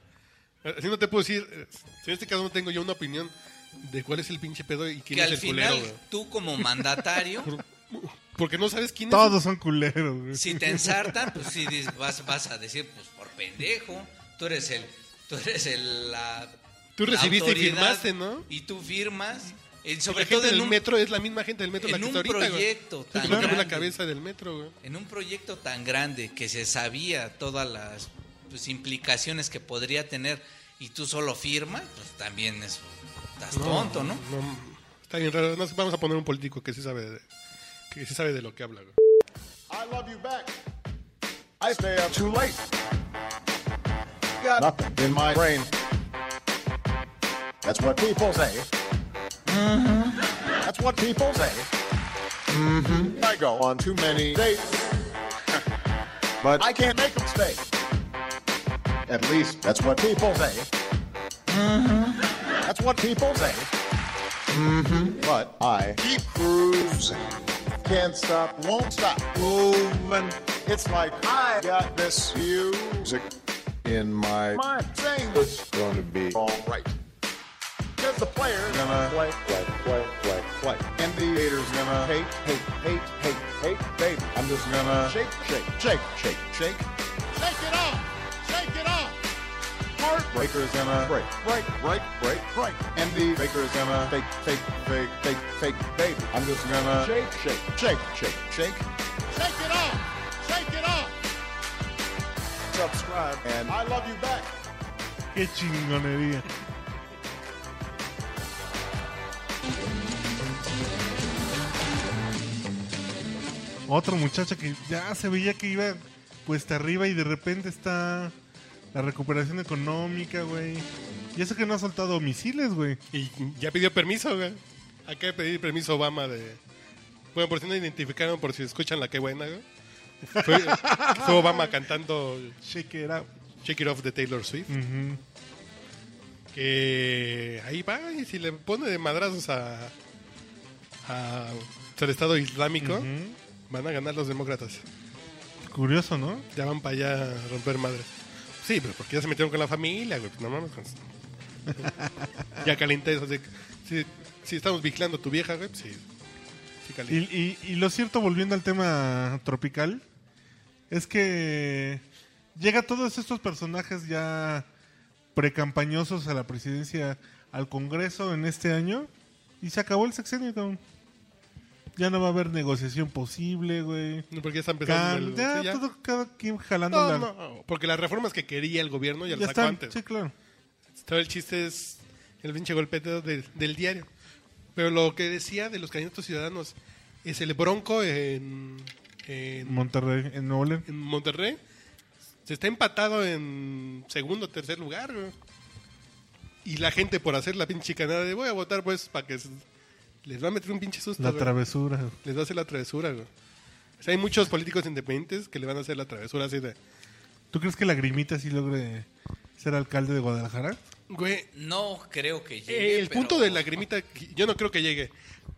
[SPEAKER 2] Así no te puedo decir, eh, en este caso no tengo yo una opinión de cuál es el pinche pedo y quién
[SPEAKER 3] Que
[SPEAKER 2] es
[SPEAKER 3] al
[SPEAKER 2] el culero,
[SPEAKER 3] final tú como
[SPEAKER 2] (laughs)
[SPEAKER 3] mandatario,
[SPEAKER 2] güey. Porque no sabes quién es.
[SPEAKER 1] Todos son culeros, güey.
[SPEAKER 3] si te ensartan, pues sí dis- vas, vas a decir, pues por pendejo, tú eres el... Tú eres el... La,
[SPEAKER 2] Tú
[SPEAKER 3] la
[SPEAKER 2] recibiste y
[SPEAKER 3] autoridad,
[SPEAKER 2] firmaste, ¿no?
[SPEAKER 3] Y tú firmas, eh,
[SPEAKER 2] La
[SPEAKER 3] sobre
[SPEAKER 2] gente
[SPEAKER 3] todo en
[SPEAKER 2] del
[SPEAKER 3] un
[SPEAKER 2] metro es la misma gente del metro la
[SPEAKER 3] en
[SPEAKER 2] que
[SPEAKER 3] un
[SPEAKER 2] está ahorita,
[SPEAKER 3] proyecto
[SPEAKER 2] güey.
[SPEAKER 3] tan
[SPEAKER 2] Se tocaron la
[SPEAKER 3] grande.
[SPEAKER 2] cabeza del metro, güey.
[SPEAKER 3] En un proyecto tan grande que se sabía todas las pues, implicaciones que podría tener y tú solo firmas, pues también es, estás tonto, ¿no?
[SPEAKER 2] Está bien raro. No, vamos a poner un político que sí sabe de, que sí sabe de lo que habla, güey.
[SPEAKER 5] I love you back. I stay up too late. Got nothing in my brain. That's what people say. Mm-hmm. That's what people say. Mm-hmm. I go on too many dates. (laughs) but I can't make them stay. At least that's what people say. Mm-hmm. That's what people say. But I keep cruising. Can't stop, won't stop moving. It's like I got this music in my mind saying it's gonna be alright. Cause the player's gonna play, play, play, play, play. And the hater's gonna hate, hate, hate, hate, hate, baby. I'm just gonna shake, shake, shake, shake, shake. Shake it off! Shake it off! Heartbreakers and a break, break, break, break, break. And the bakers and a fake, fake, fake, fake, fake baby. I'm just gonna shake, shake, shake, shake, shake. Shake it off! Shake it off! Subscribe and I love you back.
[SPEAKER 1] Qué chingonería. Otra muchacha que ya se veía que iba cuesta arriba y de repente está la recuperación económica, güey. Y eso que no ha soltado misiles, güey.
[SPEAKER 2] Y ya pidió permiso, güey. Acá de pedir permiso Obama de. Bueno, por si no identificaron, por si escuchan la que buena, güey. Fue, fue Obama cantando
[SPEAKER 1] Shake it up.
[SPEAKER 2] Check It Off de Taylor Swift. Que ahí va y si le pone de madrazos a, a- al Estado Islámico, van a ganar los demócratas.
[SPEAKER 1] Curioso, ¿no?
[SPEAKER 2] Ya van para allá a romper madres. Sí, pero porque ya se metieron con la familia, güey. pues No mames. pues. ya calienta eso. de- si, si estamos vigilando a tu vieja, güey, pues sí. Sí,
[SPEAKER 1] Y,
[SPEAKER 2] calienta.
[SPEAKER 1] y- y lo cierto, volviendo al tema tropical, es que llega todos estos personajes ya precampañosos a la presidencia, al Congreso en este año, y se acabó el sexenio, cabrón. Ya no va a haber negociación posible, güey.
[SPEAKER 2] No, porque ya está empezando.
[SPEAKER 1] Cam-
[SPEAKER 2] el-
[SPEAKER 1] Ya,
[SPEAKER 2] sí, ya.
[SPEAKER 1] todo cada quien jalando
[SPEAKER 2] No,
[SPEAKER 1] la...
[SPEAKER 2] no, porque las reformas que quería el gobierno ya,
[SPEAKER 1] ya
[SPEAKER 2] las sacó
[SPEAKER 1] están,
[SPEAKER 2] antes.
[SPEAKER 1] sí, claro.
[SPEAKER 2] Estaba el chiste es el pinche golpeteo del, del diario. Pero lo que decía de los candidatos ciudadanos es el bronco en, en,
[SPEAKER 1] Monterrey, en Nuevo León.
[SPEAKER 2] en Monterrey. Se está empatado en segundo o tercer lugar. güey. Y la gente por hacer la pinche canada de voy a votar pues para que s- les va a meter un pinche susto.
[SPEAKER 1] La
[SPEAKER 2] güey.
[SPEAKER 1] travesura.
[SPEAKER 2] Les va a hacer la travesura. güey. O sea, hay muchos políticos independientes que le van a hacer la travesura así de...
[SPEAKER 1] ¿Tú crees que Lagrimita sí logre ser alcalde de Guadalajara?
[SPEAKER 2] Güey,
[SPEAKER 3] No creo que
[SPEAKER 2] Eh,
[SPEAKER 3] llegue.
[SPEAKER 2] el
[SPEAKER 3] pero-
[SPEAKER 2] punto de lagrimita, yo no creo que llegue.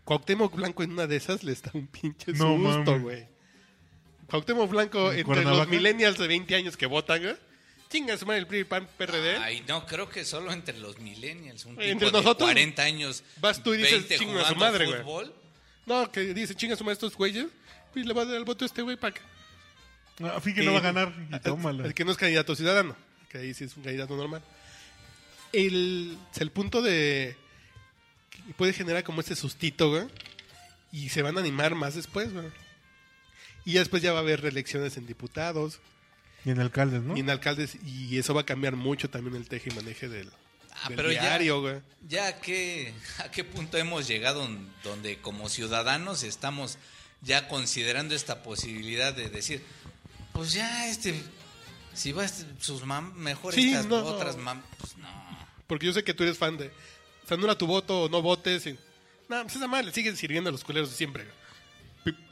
[SPEAKER 2] Cuauhtémoc Blanco en una de esas les da un pinche
[SPEAKER 1] No
[SPEAKER 2] susto,
[SPEAKER 1] mames.
[SPEAKER 2] güey. Cuauhtémoc Blanco,
[SPEAKER 1] ¿En
[SPEAKER 2] entre los
[SPEAKER 1] Cuernavaca?
[SPEAKER 2] millennials de 20 años que votan, güey. Chinga su madre el PRI, PAN, PRD.
[SPEAKER 3] Ay, no, creo que solo entre los millennials. Un
[SPEAKER 2] ¿eh? Entre
[SPEAKER 3] tipo de
[SPEAKER 2] nosotros,
[SPEAKER 3] 40 años.
[SPEAKER 2] vas tú y dices,
[SPEAKER 3] 20
[SPEAKER 2] "Chinga a su
[SPEAKER 3] jugando
[SPEAKER 2] madre, güey".
[SPEAKER 3] fútbol.
[SPEAKER 2] No, que dice, chinga su madre estos güeyes. Pues le va a dar el voto a este güey para que...
[SPEAKER 1] No, fin que no va a ganar. Y
[SPEAKER 2] al-
[SPEAKER 1] tómala.
[SPEAKER 2] al que no es candidato ciudadano. Que ahí sí es un candidato normal. El, o sea, el punto de... que Puede generar como este sustito, güey. Y se van a animar más después, güey. Y ya después ya va a haber reelecciones en diputados
[SPEAKER 1] Y en alcaldes, ¿no?
[SPEAKER 2] y en alcaldes. Y eso va a cambiar mucho también el teje y maneje del,
[SPEAKER 3] Ah,
[SPEAKER 2] del
[SPEAKER 3] pero ya-
[SPEAKER 2] diario, güey.
[SPEAKER 3] Ya a qué, a qué punto hemos llegado en donde como ciudadanos estamos ya considerando esta posibilidad de decir, pues ya este, si va este- sus mam, mejor
[SPEAKER 2] Sí,
[SPEAKER 3] estas
[SPEAKER 2] no.
[SPEAKER 3] otras mam, pues no.
[SPEAKER 2] Porque yo sé que tú eres fan de... Se anula tu voto o no votes. Y, no, pues esa madre le siguen sirviendo a los culeros de siempre, güey. Pe-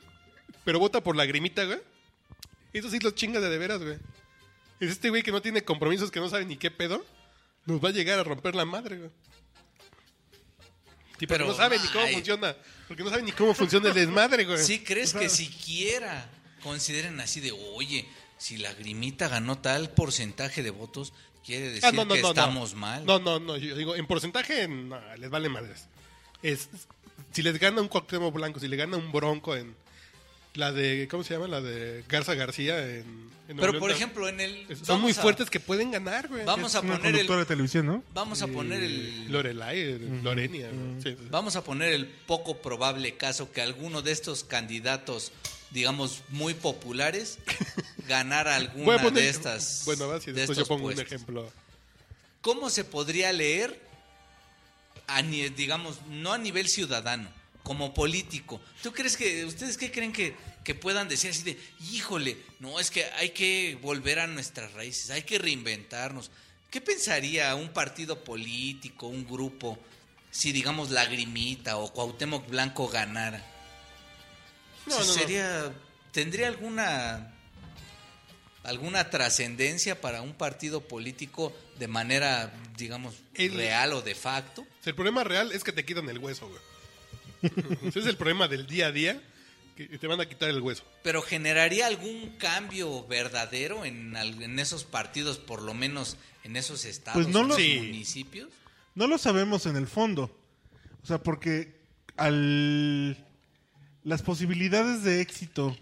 [SPEAKER 2] Pero vota por lagrimita, güey. Eso sí los chingas de de veras, güey. Es este güey que no tiene compromisos, que no sabe ni qué pedo. Nos va a llegar a romper la madre, güey. Y pero
[SPEAKER 3] Pero,
[SPEAKER 2] no sabe ni cómo
[SPEAKER 3] ay.
[SPEAKER 2] funciona. Porque no sabe ni cómo funciona el desmadre, güey.
[SPEAKER 3] ¿Sí crees que siquiera consideren así de, oye, si Lagrimita ganó tal porcentaje de votos, quiere decir
[SPEAKER 2] Ah, no, no,
[SPEAKER 3] que
[SPEAKER 2] no, no.
[SPEAKER 3] estamos mal?
[SPEAKER 2] No, no, no. Yo digo, en porcentaje, no, les vale madres. Es, si les gana un Cuauhtémoc Blanco, si le gana un Bronco en... La de, ¿cómo se llama? La de Garza García en... en Nuevo
[SPEAKER 3] Pero
[SPEAKER 2] León,
[SPEAKER 3] por
[SPEAKER 2] tal.
[SPEAKER 3] ejemplo en el
[SPEAKER 2] Son
[SPEAKER 3] vamos
[SPEAKER 2] muy
[SPEAKER 3] a-
[SPEAKER 2] fuertes que pueden ganar, güey.
[SPEAKER 3] Vamos a
[SPEAKER 1] Una
[SPEAKER 3] poner el
[SPEAKER 1] conductora de televisión, ¿no?
[SPEAKER 3] vamos a poner el
[SPEAKER 2] Lorelai, eh, Lorenia. güey. Sí, sí.
[SPEAKER 3] Vamos a poner el poco probable caso que alguno de estos candidatos, digamos, muy populares, (laughs) ganara alguna
[SPEAKER 2] Voy a poner-
[SPEAKER 3] de estas.
[SPEAKER 2] Bueno, vas y
[SPEAKER 3] de
[SPEAKER 2] después yo
[SPEAKER 3] estos
[SPEAKER 2] pongo un
[SPEAKER 3] puestos.
[SPEAKER 2] ejemplo.
[SPEAKER 3] ¿Cómo se podría leer, a ni- digamos, no a nivel ciudadano, como político? ¿Tú crees que, ustedes qué creen que, que puedan decir así de, híjole, no, es que hay que volver a nuestras raíces, hay que reinventarnos? ¿Qué pensaría un partido político, un grupo, si, digamos, Lagrimita o Cuauhtémoc Blanco ganara?
[SPEAKER 2] No,
[SPEAKER 3] Sí,
[SPEAKER 2] no, no.
[SPEAKER 3] sería, ¿Tendría alguna alguna trascendencia para un partido político de manera, digamos,
[SPEAKER 2] El-
[SPEAKER 3] real o de facto?
[SPEAKER 2] O sea, El problema real es que te quitan el hueso, güey. Ese es el problema del día a día, que te van a quitar el hueso.
[SPEAKER 3] Pero generaría algún cambio verdadero en, al- en esos partidos, por lo menos en esos estados,
[SPEAKER 1] Pues no
[SPEAKER 3] en
[SPEAKER 1] lo-
[SPEAKER 3] esos
[SPEAKER 2] Sí.
[SPEAKER 3] municipios.
[SPEAKER 1] No lo sabemos en el fondo. O sea, porque al las posibilidades de éxito,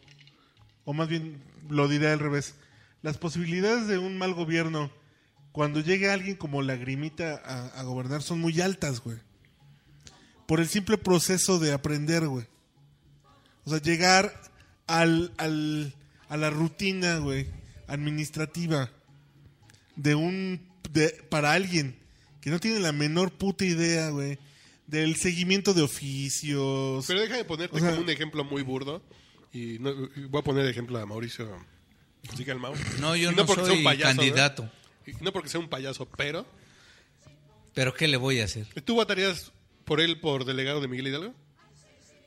[SPEAKER 1] o más bien lo diré al revés, las posibilidades de un mal gobierno cuando llegue alguien como Lagrimita a, a gobernar son muy altas, güey. Por el simple proceso de aprender, güey. O sea, llegar al, al- a la rutina, güey, administrativa de un de, para alguien que no tiene la menor puta idea, güey, del seguimiento de oficios.
[SPEAKER 2] Pero déjame ponerte
[SPEAKER 1] O sea-
[SPEAKER 2] como un ejemplo muy burdo. Y, no- y voy a poner de ejemplo a Mauricio. Sigue al Mau.
[SPEAKER 3] No, yo
[SPEAKER 2] Y
[SPEAKER 3] no,
[SPEAKER 2] porque ¿eh? sea
[SPEAKER 3] soy
[SPEAKER 2] un payaso, ¿verdad?
[SPEAKER 3] candidato.
[SPEAKER 2] Y No porque sea un payaso, pero.
[SPEAKER 3] ¿Pero qué le voy a hacer?
[SPEAKER 2] ¿Tú votarías por él por delegado de Miguel Hidalgo?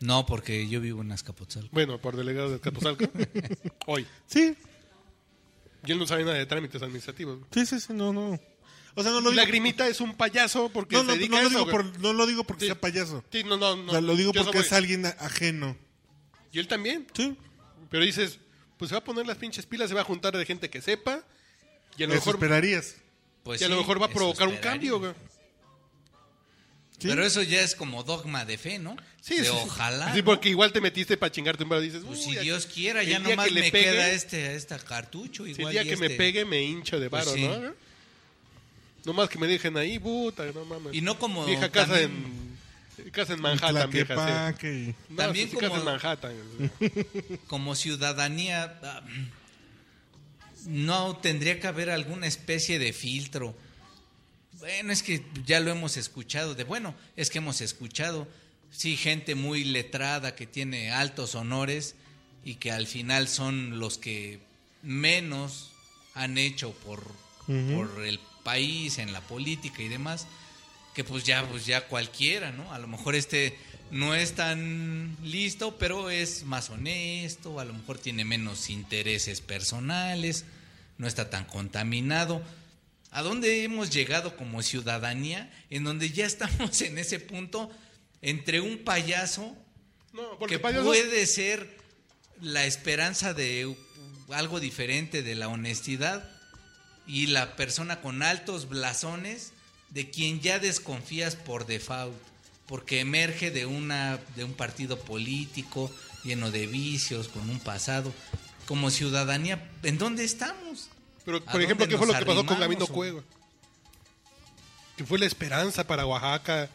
[SPEAKER 3] No, porque yo vivo en Azcapotzalco.
[SPEAKER 2] Bueno, por delegado de
[SPEAKER 1] (laughs)
[SPEAKER 2] Capozalco. Hoy.
[SPEAKER 1] Sí,
[SPEAKER 2] Y él no sabe nada de trámites administrativos.
[SPEAKER 1] sí, sí, sí, no, no. O sea, no lo digo,
[SPEAKER 2] Lagrimita es un payaso porque
[SPEAKER 1] no,
[SPEAKER 2] se
[SPEAKER 1] no,
[SPEAKER 2] dedica
[SPEAKER 1] no
[SPEAKER 2] a
[SPEAKER 1] lo
[SPEAKER 2] eso,
[SPEAKER 1] digo
[SPEAKER 2] güey.
[SPEAKER 1] por- no lo digo porque
[SPEAKER 2] Sí.
[SPEAKER 1] sea payaso.
[SPEAKER 2] Sí, no, no, no.
[SPEAKER 1] O sea, lo digo
[SPEAKER 2] Yo
[SPEAKER 1] porque
[SPEAKER 2] soy-
[SPEAKER 1] es alguien a- ajeno.
[SPEAKER 2] Y él también.
[SPEAKER 1] Sí.
[SPEAKER 2] Pero dices, pues se va a poner las pinches pilas, se va a juntar de gente que sepa. Y a lo,
[SPEAKER 1] Eso
[SPEAKER 2] mejor,
[SPEAKER 1] esperarías.
[SPEAKER 3] Pues
[SPEAKER 2] y a lo
[SPEAKER 3] sí,
[SPEAKER 2] mejor va a
[SPEAKER 3] eso
[SPEAKER 2] provocar un
[SPEAKER 3] esperaría.
[SPEAKER 2] cambio, güey.
[SPEAKER 1] Sí.
[SPEAKER 3] Pero eso ya es como dogma de fe, ¿no? De ojalá.
[SPEAKER 2] Sí,
[SPEAKER 3] ¿no?
[SPEAKER 2] porque igual te metiste para chingarte un bar. Dices,
[SPEAKER 3] Pues
[SPEAKER 2] "Uy,
[SPEAKER 3] si
[SPEAKER 2] aquí-
[SPEAKER 3] Dios quiera,
[SPEAKER 2] el
[SPEAKER 3] ya
[SPEAKER 2] día
[SPEAKER 3] nomás
[SPEAKER 2] que le
[SPEAKER 3] me
[SPEAKER 2] pegue-
[SPEAKER 3] queda este, esta cartucho.
[SPEAKER 2] si el
[SPEAKER 3] Igual
[SPEAKER 2] día
[SPEAKER 3] y
[SPEAKER 2] que me
[SPEAKER 3] este-
[SPEAKER 2] pegue, me hincho de
[SPEAKER 3] Pues
[SPEAKER 2] varo,
[SPEAKER 3] sí.
[SPEAKER 2] ¿no? Nomás que me dejen ahí, puta, no mames.
[SPEAKER 3] Y no como
[SPEAKER 2] Vieja casa
[SPEAKER 3] también-
[SPEAKER 2] en. Casa en Manhattan, vieja. sí.
[SPEAKER 1] Tlaquepaque y-
[SPEAKER 2] No,
[SPEAKER 3] También
[SPEAKER 2] sí, sí, casa
[SPEAKER 3] como-
[SPEAKER 2] en Manhattan. güey.
[SPEAKER 3] Como ciudadanía, ah, no tendría que haber alguna especie de filtro. Bueno, es que ya lo hemos escuchado. De bueno, es que hemos escuchado. Sí, gente muy letrada que tiene altos honores y que al final son los que menos han hecho por, por el país, en la política y demás. que pues ya, pues ya cualquiera, ¿no? A lo mejor este no es tan listo, pero es más honesto, a lo mejor tiene menos intereses personales, no está tan contaminado. ¿A dónde hemos llegado como ciudadanía en donde ya estamos (laughs) en ese punto entre un payaso
[SPEAKER 2] No, porque
[SPEAKER 3] que
[SPEAKER 2] payasos-
[SPEAKER 3] puede ser la esperanza de algo diferente de la honestidad y la persona con altos blasones de quien ya desconfías por default porque emerge de una de un partido político lleno de vicios con un pasado como ciudadanía en dónde estamos
[SPEAKER 2] Pero,
[SPEAKER 3] ¿A
[SPEAKER 2] por ejemplo,
[SPEAKER 3] dónde
[SPEAKER 2] ¿qué fue lo
[SPEAKER 3] nos
[SPEAKER 2] que pasó con
[SPEAKER 3] arrimamos,
[SPEAKER 2] Gabino
[SPEAKER 3] hombre?
[SPEAKER 2] Cueva? Que fue la esperanza para Oaxaca.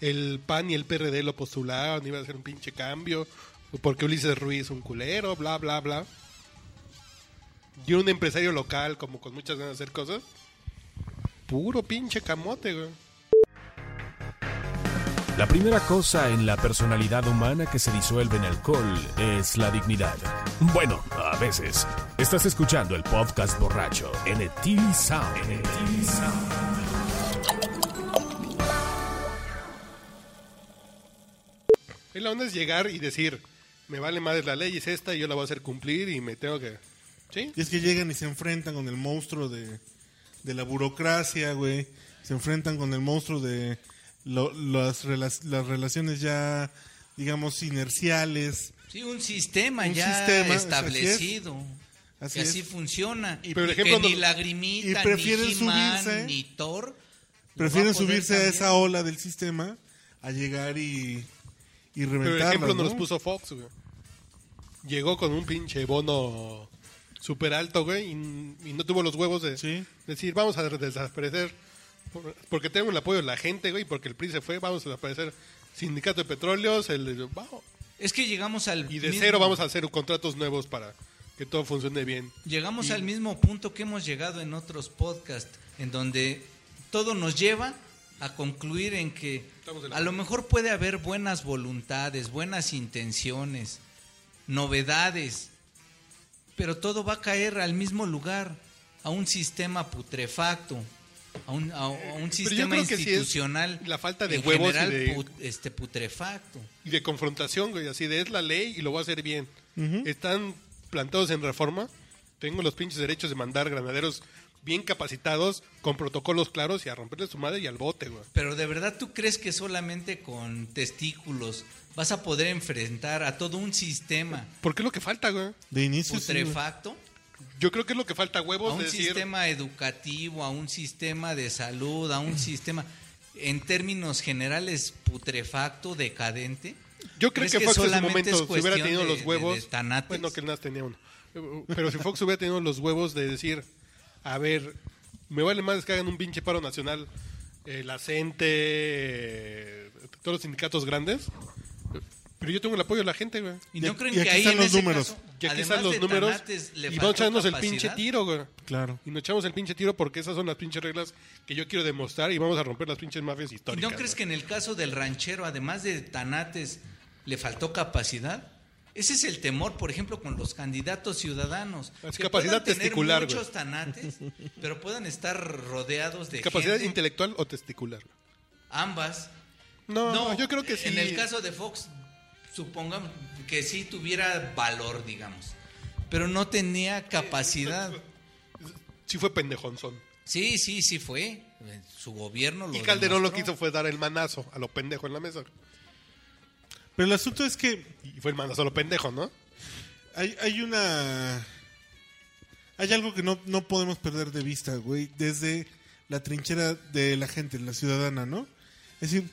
[SPEAKER 2] El PAN y el PRD lo postularon, iba a hacer un pinche cambio. Porque Ulises Ruiz un culero, bla, bla, bla. Y era un empresario local, como con muchas ganas de hacer cosas. Puro pinche camote, güey.
[SPEAKER 4] La primera cosa en la personalidad humana que se disuelve en alcohol es la dignidad. Bueno, a veces. Estás escuchando el podcast borracho NT Sound. NT Sound.
[SPEAKER 2] Y la onda es llegar y decir, me vale madre la ley, es esta, y yo la voy a hacer cumplir y me tengo que... ¿Sí?
[SPEAKER 1] Y es que llegan y se enfrentan con el monstruo de, de la burocracia, güey. Se enfrentan con el monstruo de lo- las, rela- las relaciones ya, digamos, inerciales.
[SPEAKER 3] sí un sistema
[SPEAKER 1] Un
[SPEAKER 3] ya
[SPEAKER 1] sistema, así es.
[SPEAKER 3] establecido
[SPEAKER 1] Así
[SPEAKER 3] así, así
[SPEAKER 1] es.
[SPEAKER 3] funciona y,
[SPEAKER 2] Pero el
[SPEAKER 3] que
[SPEAKER 2] ejemplo
[SPEAKER 3] ni
[SPEAKER 2] no-
[SPEAKER 1] y
[SPEAKER 3] lagrimita
[SPEAKER 1] prefieren
[SPEAKER 3] ni He-Man,
[SPEAKER 1] subirse-
[SPEAKER 3] ni Thor
[SPEAKER 1] Prefieren
[SPEAKER 3] lo va poder
[SPEAKER 1] subirse a
[SPEAKER 3] cambiar.
[SPEAKER 1] esa ola del sistema a llegar y, y
[SPEAKER 2] Pero el
[SPEAKER 1] reventarla,
[SPEAKER 2] ejemplo
[SPEAKER 1] ¿no?
[SPEAKER 2] nos los puso Fox, güey. Llegó con un pinche bono súper alto, güey, y, y no tuvo los huevos de
[SPEAKER 1] Sí.
[SPEAKER 2] decir, vamos a desaparecer. por- Porque tenemos el apoyo de la gente, güey, porque el PRI se fue, vamos a desaparecer sindicato de petróleos, el, el- vamos.
[SPEAKER 3] Es que llegamos al
[SPEAKER 2] y de
[SPEAKER 3] mismo-
[SPEAKER 2] cero vamos a hacer contratos nuevos para que todo funcione bien.
[SPEAKER 3] llegamos
[SPEAKER 2] y-
[SPEAKER 3] al mismo punto que hemos llegado en otros podcasts en donde todo nos lleva a concluir en que
[SPEAKER 2] Estamos en la-
[SPEAKER 3] a lo mejor puede haber buenas voluntades, buenas intenciones, novedades, pero todo va a caer al mismo lugar, a un sistema putrefacto, a un, a- a un sistema
[SPEAKER 2] creo que sí es
[SPEAKER 3] institucional
[SPEAKER 2] la falta de
[SPEAKER 3] en
[SPEAKER 2] huevos y
[SPEAKER 3] general
[SPEAKER 2] de-
[SPEAKER 3] put- este putrefacto.
[SPEAKER 2] Y de confrontación, güey, así de es la ley y lo voy a hacer bien. Están plantados en reforma. Tengo los pinches derechos de mandar granaderos bien capacitados, con protocolos claros y a romperle su madre y al bote, güey.
[SPEAKER 3] Pero de verdad tú crees que solamente con testículos vas a poder enfrentar a todo un sistema
[SPEAKER 2] ¿Por qué es lo que falta, güey?
[SPEAKER 1] De inicio, sí, güey.
[SPEAKER 3] putrefacto,
[SPEAKER 2] Yo creo que es lo que falta huevos
[SPEAKER 3] a un
[SPEAKER 2] de decir.
[SPEAKER 3] sistema educativo, a un sistema de salud, a un sistema en términos generales putrefacto, decadente.
[SPEAKER 2] Yo creo
[SPEAKER 3] ¿Crees
[SPEAKER 2] que, Fox en su momento,
[SPEAKER 3] solamente es
[SPEAKER 2] si hubiera
[SPEAKER 3] cuestión
[SPEAKER 2] tenido
[SPEAKER 3] de-
[SPEAKER 2] los
[SPEAKER 3] de-
[SPEAKER 2] huevos.
[SPEAKER 3] de tanates?
[SPEAKER 2] bueno, que el Nas tenía uno. Pero si Fox hubiera tenido los huevos de decir, a ver, Me vale más que hagan un pinche paro nacional. El acente, eh, todos los sindicatos grandes. Pero yo tengo el apoyo de la gente, güey.
[SPEAKER 3] Y
[SPEAKER 1] Y
[SPEAKER 3] no
[SPEAKER 1] aquí-
[SPEAKER 3] creen
[SPEAKER 1] y
[SPEAKER 3] que
[SPEAKER 1] aquí
[SPEAKER 3] ahí
[SPEAKER 1] están
[SPEAKER 3] en
[SPEAKER 1] los
[SPEAKER 3] ese
[SPEAKER 1] números.
[SPEAKER 3] caso,
[SPEAKER 2] Y aquí
[SPEAKER 3] además
[SPEAKER 2] están los
[SPEAKER 3] de
[SPEAKER 2] números.
[SPEAKER 3] Tanates, le
[SPEAKER 2] Y
[SPEAKER 3] faltó
[SPEAKER 2] vamos a echarnos el
[SPEAKER 3] capacidad.
[SPEAKER 2] pinche tiro, güey.
[SPEAKER 1] Claro.
[SPEAKER 2] Y nos echamos el pinche tiro porque esas son las pinches reglas que yo quiero demostrar y vamos a romper las pinches mafias
[SPEAKER 3] ¿Y
[SPEAKER 2] históricas.
[SPEAKER 3] no crees
[SPEAKER 2] güey.
[SPEAKER 3] que en el caso del ranchero, además de Tanates, le faltó capacidad? Ese es el temor, por ejemplo, con los candidatos ciudadanos.
[SPEAKER 2] Es
[SPEAKER 3] Que
[SPEAKER 2] capacidad
[SPEAKER 3] puedan tener
[SPEAKER 2] testicular, güey.
[SPEAKER 3] muchos tanates, pero puedan estar rodeados de
[SPEAKER 2] ¿Capacidad
[SPEAKER 3] gente,
[SPEAKER 2] intelectual o testicular?
[SPEAKER 3] ambas.
[SPEAKER 2] No, yo creo que sí.
[SPEAKER 3] En el caso de Fox, supongamos que sí tuviera valor, digamos, pero no tenía
[SPEAKER 2] (laughs)
[SPEAKER 3] capacidad.
[SPEAKER 2] Sí fue pendejonzón.
[SPEAKER 3] Sí, sí, sí fue. Su gobierno lo
[SPEAKER 2] Y Calderón lo que
[SPEAKER 3] demostró.
[SPEAKER 2] hizo fue dar el manazo a lo pendejo en la mesa.
[SPEAKER 1] Pero el asunto es que
[SPEAKER 2] Y fue el manazo a lo pendejo, ¿no?
[SPEAKER 1] hay, hay una. Hay algo que no, no podemos perder de vista, güey, desde la trinchera de la gente, la ciudadana, ¿no? Es decir,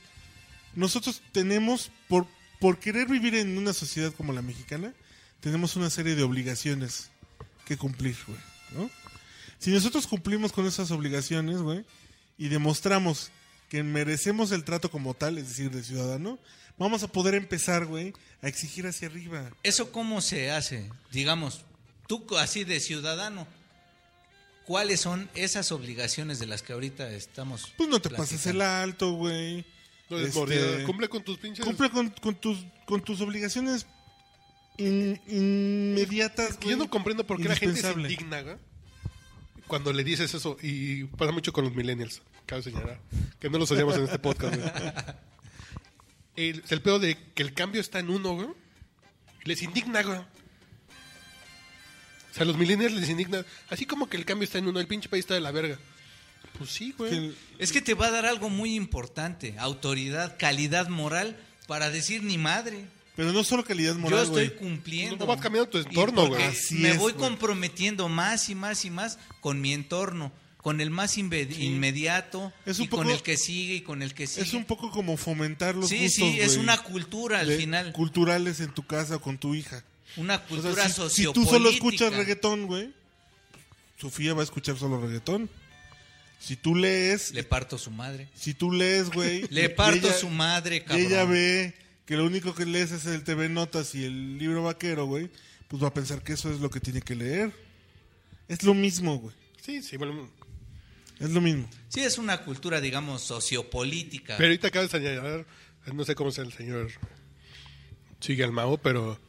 [SPEAKER 1] nosotros tenemos, por, por querer vivir en una sociedad como la mexicana, tenemos una serie de obligaciones que cumplir, güey, ¿no? Si nosotros cumplimos con esas obligaciones, güey, y demostramos que merecemos el trato como tal, es decir, de ciudadano, vamos a poder empezar, güey, a exigir hacia arriba.
[SPEAKER 3] ¿Eso cómo se hace? Digamos, tú co- así de ciudadano, ¿cuáles son esas obligaciones de las que ahorita estamos?
[SPEAKER 1] Pues no te pases el alto, güey.
[SPEAKER 2] Lo des
[SPEAKER 1] Este,
[SPEAKER 2] mordido. Cumple con tus pinches.
[SPEAKER 1] cumple con, con tus, con tus obligaciones in- inmediatas.
[SPEAKER 2] Y Yo
[SPEAKER 1] güey.
[SPEAKER 2] no comprendo por qué la gente se
[SPEAKER 1] Indispensable.
[SPEAKER 2] indigna, güey, Cuando le dices eso, y pasa mucho con los millennials, cabe señalar, que no los odiamos en este
[SPEAKER 1] (laughs)
[SPEAKER 2] podcast, güey. El, es el pedo de que el cambio está en uno, güey. Les indigna, güey. O sea, a los millennials les indigna. Así como que el cambio está en uno, el pinche país está de la verga. Pues sí, güey.
[SPEAKER 1] Que-
[SPEAKER 3] Es que te va a dar algo muy importante, autoridad, calidad moral, para decir ni madre.
[SPEAKER 1] Pero no solo calidad
[SPEAKER 3] Yo
[SPEAKER 1] moral,
[SPEAKER 3] estoy
[SPEAKER 1] güey.
[SPEAKER 3] cumpliendo.
[SPEAKER 2] No vas cambiando tu
[SPEAKER 3] Y
[SPEAKER 2] entorno,
[SPEAKER 3] porque
[SPEAKER 2] güey.
[SPEAKER 1] Así
[SPEAKER 3] Me
[SPEAKER 1] es,
[SPEAKER 3] voy
[SPEAKER 1] güey.
[SPEAKER 3] comprometiendo más y más y más con mi entorno, con el más inve- inmediato,
[SPEAKER 1] Es un
[SPEAKER 3] y con
[SPEAKER 1] poco-
[SPEAKER 3] el que sigue y con el que sigue.
[SPEAKER 1] Es un poco como fomentar los
[SPEAKER 3] sí,
[SPEAKER 1] gustos,
[SPEAKER 3] sí, es
[SPEAKER 1] güey,
[SPEAKER 3] una cultura al
[SPEAKER 1] de-
[SPEAKER 3] final,
[SPEAKER 1] Culturales en tu casa o con tu hija.
[SPEAKER 3] una
[SPEAKER 1] O sea,
[SPEAKER 3] cultura
[SPEAKER 1] si- si,
[SPEAKER 3] sociopolítica.
[SPEAKER 1] tú solo escuchas reggaetón, güey, Sofía va a escuchar solo reggaetón. Si tú lees,
[SPEAKER 3] Le parto su madre.
[SPEAKER 1] si tú lees, güey, y
[SPEAKER 3] (laughs) Le parto
[SPEAKER 1] ella-
[SPEAKER 3] su madre,
[SPEAKER 1] Y
[SPEAKER 3] cabrón.
[SPEAKER 1] ella ve que lo único que lees es el TV Notas y el libro vaquero, güey. Pues va a pensar que eso es lo que tiene que leer. Es lo mismo, güey.
[SPEAKER 2] Sí, sí, bueno.
[SPEAKER 1] Es lo mismo.
[SPEAKER 3] Sí, es una cultura, digamos, sociopolítica.
[SPEAKER 2] Pero ahorita acabas de señalar, no sé cómo sea el señor sigue al mago, pero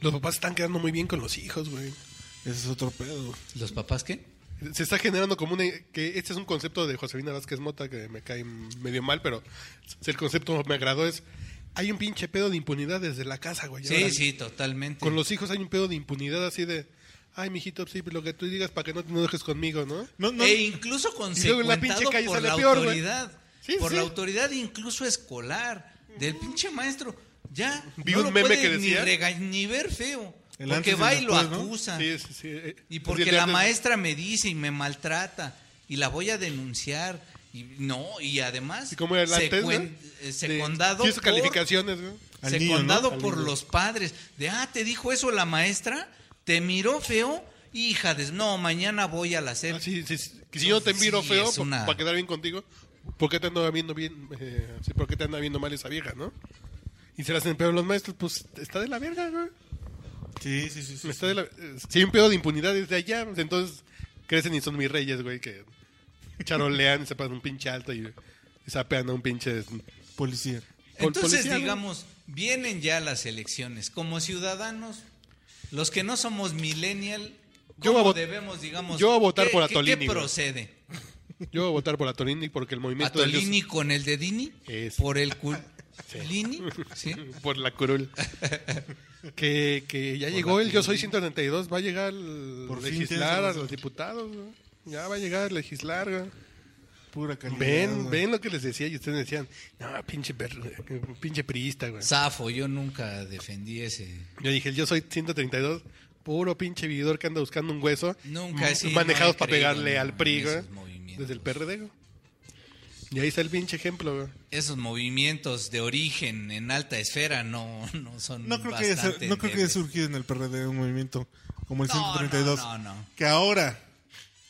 [SPEAKER 2] los papás están quedando muy bien con los hijos, güey.
[SPEAKER 1] Ese es otro pedo.
[SPEAKER 3] ¿Los papás qué?
[SPEAKER 2] Se está generando como una... que este es un concepto de Josefina Vázquez Mota que me cae medio mal, pero si el concepto me agradó es... Hay un pinche pedo de impunidad desde la casa, güey.
[SPEAKER 3] Sí,
[SPEAKER 2] Ahora,
[SPEAKER 3] sí, totalmente.
[SPEAKER 2] Con los hijos hay un pedo de impunidad así de... Ay, mijito, sí, lo que tú digas para que no te enojes conmigo, ¿no?
[SPEAKER 1] No, no,
[SPEAKER 3] e incluso
[SPEAKER 2] luego en la
[SPEAKER 3] consecuentado
[SPEAKER 2] pinche calle
[SPEAKER 3] por
[SPEAKER 2] sale
[SPEAKER 3] la
[SPEAKER 2] peor, güey.
[SPEAKER 3] autoridad.
[SPEAKER 2] Sí,
[SPEAKER 3] por
[SPEAKER 2] sí.
[SPEAKER 3] la autoridad incluso escolar. Del pinche maestro. Ya.
[SPEAKER 2] Vi
[SPEAKER 3] no
[SPEAKER 2] un
[SPEAKER 3] lo
[SPEAKER 2] meme
[SPEAKER 3] puede
[SPEAKER 2] que decía-
[SPEAKER 3] Ni, rega- ni ver feo.
[SPEAKER 1] El
[SPEAKER 3] porque
[SPEAKER 1] antes y
[SPEAKER 3] va y
[SPEAKER 1] el
[SPEAKER 3] lo
[SPEAKER 1] después, ¿no?
[SPEAKER 3] acusa.
[SPEAKER 2] Sí, sí, sí. eh,
[SPEAKER 3] Y
[SPEAKER 2] así
[SPEAKER 3] porque
[SPEAKER 2] de
[SPEAKER 3] la
[SPEAKER 2] antes-
[SPEAKER 3] maestra me dice y me maltrata y la voy a denunciar y no y además
[SPEAKER 2] ¿Y cómo era el antes,
[SPEAKER 3] secuen-
[SPEAKER 2] no?
[SPEAKER 3] eh,
[SPEAKER 2] De-
[SPEAKER 3] secundado
[SPEAKER 2] Y eso
[SPEAKER 3] por-
[SPEAKER 2] calificaciones, güey.
[SPEAKER 1] Al niño,
[SPEAKER 3] secundado
[SPEAKER 1] ¿no? Al
[SPEAKER 3] por
[SPEAKER 1] niño.
[SPEAKER 3] los padres de ah te dijo eso la maestra te miró feo hija de no mañana voy a la E SEP".
[SPEAKER 2] Ah, sí, sí, sí. Que si yo te miro
[SPEAKER 3] Sí,
[SPEAKER 2] feo
[SPEAKER 3] es una-
[SPEAKER 2] para quedar bien contigo, ¿por qué te anda viendo bien? eh, sí, ¿Por qué te anda viendo mal esa vieja, no? Y se las hacen pedo los maestros, pues está de la verga, güey.
[SPEAKER 1] Sí, sí, sí. sí,
[SPEAKER 2] Está
[SPEAKER 1] sí.
[SPEAKER 2] de la- eh, Si hay un pedo de impunidad desde allá, pues, entonces crecen y son mis reyes, güey, que charolean, se pasan un pinche alto y, y sapean a un pinche.
[SPEAKER 1] (laughs) Policía.
[SPEAKER 2] Pol-
[SPEAKER 3] Entonces,
[SPEAKER 2] policía, ¿no?
[SPEAKER 3] digamos, vienen ya las elecciones. Como ciudadanos, los que no somos millennial,
[SPEAKER 2] Yo
[SPEAKER 3] ¿cómo
[SPEAKER 2] voy a vot-
[SPEAKER 3] debemos, digamos,
[SPEAKER 2] yo voy a votar
[SPEAKER 3] ¿qué-
[SPEAKER 2] por
[SPEAKER 3] qué-
[SPEAKER 2] Atolini,
[SPEAKER 3] ¿Qué
[SPEAKER 2] güey.
[SPEAKER 3] procede?
[SPEAKER 2] Yo voy a votar por Atolini porque el movimiento de ellos-
[SPEAKER 3] ¿Atolini con el de Dini?
[SPEAKER 2] Es.
[SPEAKER 3] ¿Por el
[SPEAKER 1] (laughs)
[SPEAKER 3] cul... ¿Lini? ¿Sí?
[SPEAKER 2] por la curul. (laughs) que, que ya llegó el Yo Soy 132, va a llegar al
[SPEAKER 1] Por fin
[SPEAKER 2] legislar a
[SPEAKER 1] tienes razón.
[SPEAKER 2] los diputados. ¿no? Ya va a llegar a legislar. ¿no?
[SPEAKER 1] Pura calidad.
[SPEAKER 2] Ven,
[SPEAKER 1] güey.
[SPEAKER 2] ven lo que les decía y ustedes decían, no, pinche, perro, pinche priista, güey.
[SPEAKER 3] Zafo, yo nunca defendí ese...
[SPEAKER 2] Yo dije, el Yo Soy 132, puro pinche vividor que anda buscando un hueso.
[SPEAKER 3] Nunca
[SPEAKER 2] m-
[SPEAKER 3] sí,
[SPEAKER 2] Manejados
[SPEAKER 3] no he
[SPEAKER 2] para
[SPEAKER 3] creído
[SPEAKER 2] pegarle
[SPEAKER 3] en-
[SPEAKER 2] al PRI,
[SPEAKER 3] en
[SPEAKER 2] güey,
[SPEAKER 3] esos movimientos.
[SPEAKER 2] Desde el PRD, güey. Y ahí está el pinche ejemplo, güey.
[SPEAKER 3] Esos movimientos de origen en alta esfera no, no son
[SPEAKER 1] No creo, que haya,
[SPEAKER 3] bastante
[SPEAKER 1] ser- no creo que haya
[SPEAKER 3] endebles.
[SPEAKER 1] surgido en el PRD un movimiento como el
[SPEAKER 3] No,
[SPEAKER 1] 132.
[SPEAKER 3] no, no, no.
[SPEAKER 1] Que ahora,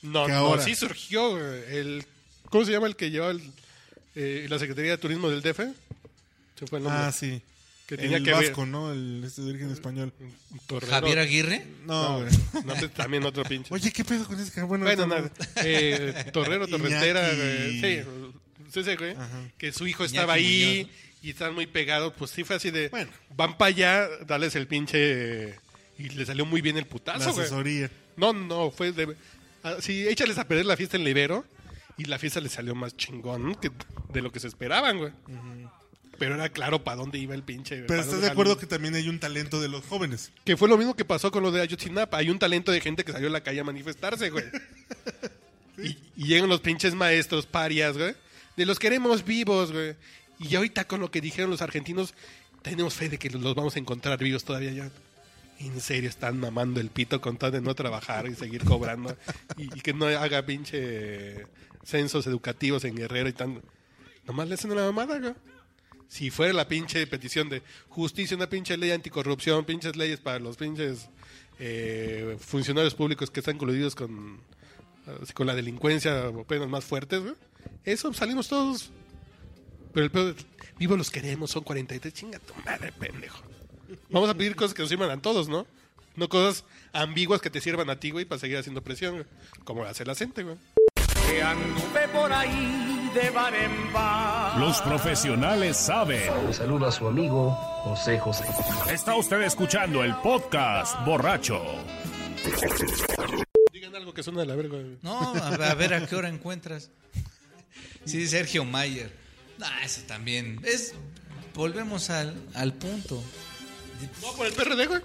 [SPEAKER 2] No,
[SPEAKER 1] que
[SPEAKER 2] no,
[SPEAKER 1] ahora.
[SPEAKER 2] sí surgió eh, el... ¿Cómo se llama el que llevaba el- eh, la Secretaría de Turismo del DF? Se fue el nombre.
[SPEAKER 1] Ah, sí.
[SPEAKER 2] Que tenía
[SPEAKER 1] el
[SPEAKER 2] que ver-
[SPEAKER 1] vasco, ¿no? El este de origen español.
[SPEAKER 2] Torrero.
[SPEAKER 3] Javier Aguirre.
[SPEAKER 1] No, güey.
[SPEAKER 2] No, pues, también otro pinche.
[SPEAKER 1] Oye, ¿qué pedo con ese cabrón? Bueno,
[SPEAKER 2] bueno,
[SPEAKER 1] no,
[SPEAKER 2] nada. Eh,
[SPEAKER 1] (laughs)
[SPEAKER 2] Torrero,
[SPEAKER 1] Iñaki.
[SPEAKER 2] Torretera, güey, sí, sí, sí, güey, que su hijo estaba
[SPEAKER 3] Iñaki
[SPEAKER 2] ahí
[SPEAKER 3] Muñoz.
[SPEAKER 2] y están muy pegados, pues sí fue así de,
[SPEAKER 1] Bueno.
[SPEAKER 2] van para allá, dales el pinche... Y le salió muy bien el
[SPEAKER 1] La
[SPEAKER 2] putazo, güey.
[SPEAKER 1] asesoría.
[SPEAKER 2] No, no, fue de... ah, Sí, échales a perder la fiesta en Libero y la fiesta le salió más chingón que de lo que se esperaban, güey. Pero era claro para dónde iba el pinche.
[SPEAKER 1] Pero estás de acuerdo que también hay un talento de los jóvenes.
[SPEAKER 2] Que fue lo mismo que pasó con lo de Ayotzinapa. Hay un talento de gente que salió a la calle a manifestarse, güey. y, y llegan los pinches maestros, parias, güey. De los queremos vivos, güey. Y ya ahorita con lo que dijeron los argentinos, tenemos fe de que los vamos a encontrar vivos todavía ya. En serio, están mamando el pito con tal de no trabajar y seguir cobrando. y, y que no haga pinche censos educativos en Guerrero y tan... Nomás le hacen una mamada, güey. Si fuera la pinche petición de justicia, una pinche ley anticorrupción, pinches leyes para los pinches eh, funcionarios públicos que están coludidos con, así, con la delincuencia o penas más fuertes, güey. Eso salimos todos. Pero el pedo es, vivo los queremos, son 43, chinga tu madre, pendejo. Vamos a pedir cosas que nos sirvan a todos, ¿no? No cosas ambiguas que te sirvan a ti, güey, para seguir haciendo presión, güey. Como hace la gente, güey.
[SPEAKER 6] que anduve por ahí de bar en bar.
[SPEAKER 4] Los profesionales saben.
[SPEAKER 7] Le saluda a su amigo José José.
[SPEAKER 4] Está usted escuchando el podcast borracho.
[SPEAKER 2] Digan algo que suena de la verga, güey.
[SPEAKER 3] No, a ver, a ver a qué
[SPEAKER 1] (laughs)
[SPEAKER 3] hora encuentras. Sí, Sergio Mayer. Ah, eso también. Es, volvemos al, al punto.
[SPEAKER 2] No, por el PRD, güey.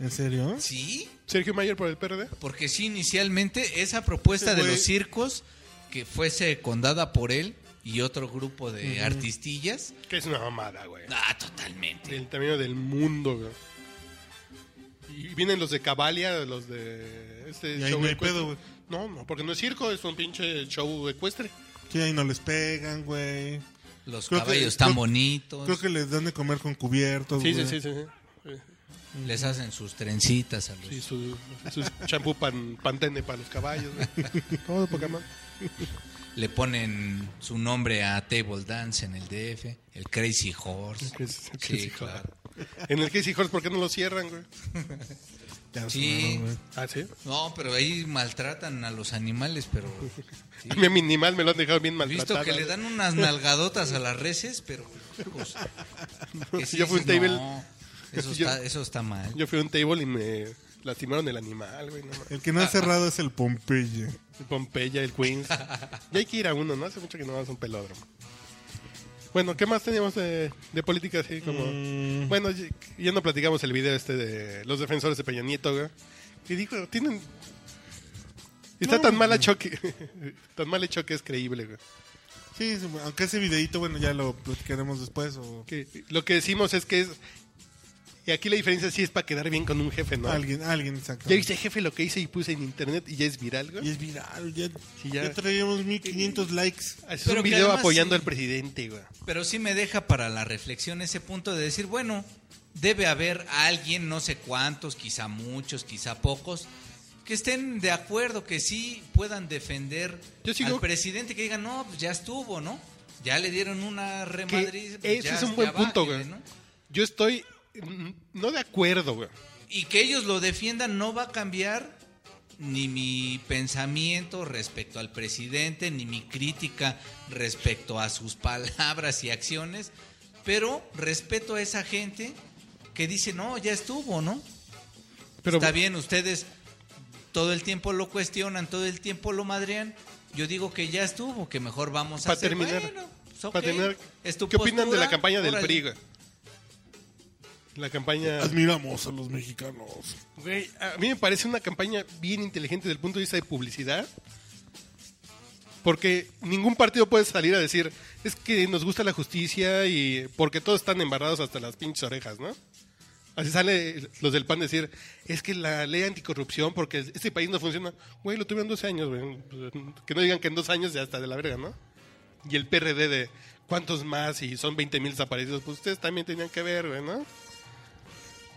[SPEAKER 1] ¿En serio?
[SPEAKER 3] Sí,
[SPEAKER 2] Sergio Mayer por el PRD.
[SPEAKER 3] porque sí, inicialmente esa propuesta de
[SPEAKER 1] güey-
[SPEAKER 3] los circos que fuese condada por él y otro grupo de artistillas.
[SPEAKER 2] Que es una mamada, güey.
[SPEAKER 3] Ah, totalmente.
[SPEAKER 2] Del tamaño del mundo, güey. Y vienen los de Cavalia, los de este
[SPEAKER 1] Y ahí no hay pedo, güey.
[SPEAKER 2] No, no, porque no es circo, es un pinche show ecuestre.
[SPEAKER 1] Que ahí no les pegan, güey.
[SPEAKER 3] Los
[SPEAKER 1] Creo que-
[SPEAKER 3] caballos tan
[SPEAKER 1] creo-
[SPEAKER 3] bonitos.
[SPEAKER 1] Creo que les dan de comer con cubiertos,
[SPEAKER 2] Pues- Sí, sí,
[SPEAKER 1] Oh, güey.
[SPEAKER 2] sí, sí. sí.
[SPEAKER 3] Les hacen sus trencitas a los.
[SPEAKER 2] Sí, su, su champú pan, pantene para los caballos,
[SPEAKER 1] (laughs)
[SPEAKER 2] güey. Todo poca madre.
[SPEAKER 3] Le ponen su nombre a Table Dance en el DF, el Crazy Horse.
[SPEAKER 2] Crazy- el Crazy
[SPEAKER 3] sí, claro.
[SPEAKER 2] En el Casey Horse, ¿por qué no lo cierran, güey?
[SPEAKER 1] Ya
[SPEAKER 3] Sí.
[SPEAKER 1] sonaron, güey.
[SPEAKER 2] Ah, sí.
[SPEAKER 3] No, pero ahí maltratan a los animales,
[SPEAKER 1] (laughs)
[SPEAKER 3] pero. sí.
[SPEAKER 2] (laughs) A mí a mi animal me lo han dejado bien
[SPEAKER 3] He visto
[SPEAKER 2] maltratado.
[SPEAKER 3] que
[SPEAKER 2] (laughs)
[SPEAKER 3] le dan unas nalgadotas a las reses, pero. pues, hijos,
[SPEAKER 2] (laughs)
[SPEAKER 3] que sí
[SPEAKER 2] Yo fui un
[SPEAKER 3] dices,
[SPEAKER 2] table-
[SPEAKER 3] "No,
[SPEAKER 2] (laughs)
[SPEAKER 3] eso,
[SPEAKER 2] Yo-
[SPEAKER 3] está, eso está mal.
[SPEAKER 2] Yo fui a un table y me lastimaron el animal, güey. No, mames.
[SPEAKER 1] El que no ha cerrado es el Pompeya.
[SPEAKER 2] El Pompeya, el Queens. ya hay que ir a uno, ¿no? Hace mucho que no vas a un pelódromo. Bueno, ¿qué más teníamos de, de política así como...?
[SPEAKER 3] Mm.
[SPEAKER 2] Bueno, ya, ya no platicamos el video este de los defensores de Peña Nieto, güey. Y dijo, tienen... Está tan mal hecho que... (laughs) tan mal hecho que es creíble, güey.
[SPEAKER 1] Sí, sí, güey. aunque ese videito, bueno, ya lo platicaremos después. O
[SPEAKER 2] Que lo que decimos es que es... Y aquí la diferencia sí es para quedar bien con un jefe, ¿no?
[SPEAKER 1] alguien, alguien, exacto.
[SPEAKER 2] Ya viste, jefe, lo que hice y puse en internet y ya es viral,
[SPEAKER 1] Y
[SPEAKER 2] güey.
[SPEAKER 1] es viral, ya,
[SPEAKER 2] Sí, Ah. ya.
[SPEAKER 1] ya. traíamos 1500 likes.
[SPEAKER 2] Es un
[SPEAKER 3] Pero que
[SPEAKER 2] video
[SPEAKER 3] además
[SPEAKER 2] apoyando
[SPEAKER 3] sí.
[SPEAKER 2] al presidente, güey.
[SPEAKER 3] Pero sí me deja para la reflexión ese punto de decir, bueno, debe haber alguien, no sé cuántos, quizá muchos, quizá pocos, que estén de acuerdo, que sí puedan defender
[SPEAKER 2] Yo sigo-
[SPEAKER 3] al presidente, que digan, no, pues ya estuvo, ¿no? Ya le dieron una
[SPEAKER 2] que
[SPEAKER 3] remadriz. pues
[SPEAKER 2] ese
[SPEAKER 3] ya-
[SPEAKER 2] es un
[SPEAKER 3] ya
[SPEAKER 2] buen punto,
[SPEAKER 3] bájele,
[SPEAKER 2] güey.
[SPEAKER 3] ¿no?
[SPEAKER 2] Yo estoy mm, no de acuerdo, güey.
[SPEAKER 3] Y que ellos lo defiendan no va a cambiar ni mi pensamiento respecto al presidente, ni mi crítica respecto a sus (laughs) palabras y acciones, pero respeto a esa gente que dice, no, ya estuvo, ¿no?
[SPEAKER 2] Pero
[SPEAKER 3] Está bien, ustedes todo el tiempo lo cuestionan, todo el tiempo lo madrean. Yo digo que ya estuvo, que mejor vamos a
[SPEAKER 2] para
[SPEAKER 3] hacer-
[SPEAKER 2] terminar,
[SPEAKER 3] bueno, pues, ok,
[SPEAKER 2] para terminar,
[SPEAKER 3] es tu
[SPEAKER 2] ¿qué opinan de
[SPEAKER 3] postura,
[SPEAKER 2] la campaña del
[SPEAKER 3] órale.
[SPEAKER 2] PRI, güey? La campaña.
[SPEAKER 1] Admiramos a los mexicanos.
[SPEAKER 2] Güey, a mí me parece una campaña bien inteligente desde el punto de vista de publicidad. Porque ningún partido puede salir a decir, es que nos gusta la justicia y porque todos están embarrados hasta las pinches orejas, ¿no? Así sale los del PAN decir, es que la ley anticorrupción, porque este país no funciona. Güey, lo tuvieron 12 años, güey. Pues, Que no digan que en dos años ya está de la verga, ¿no? Y el PRD de, ¿cuántos más? Y son 20 mil desaparecidos. Pues ustedes también tenían que ver, güey, ¿no?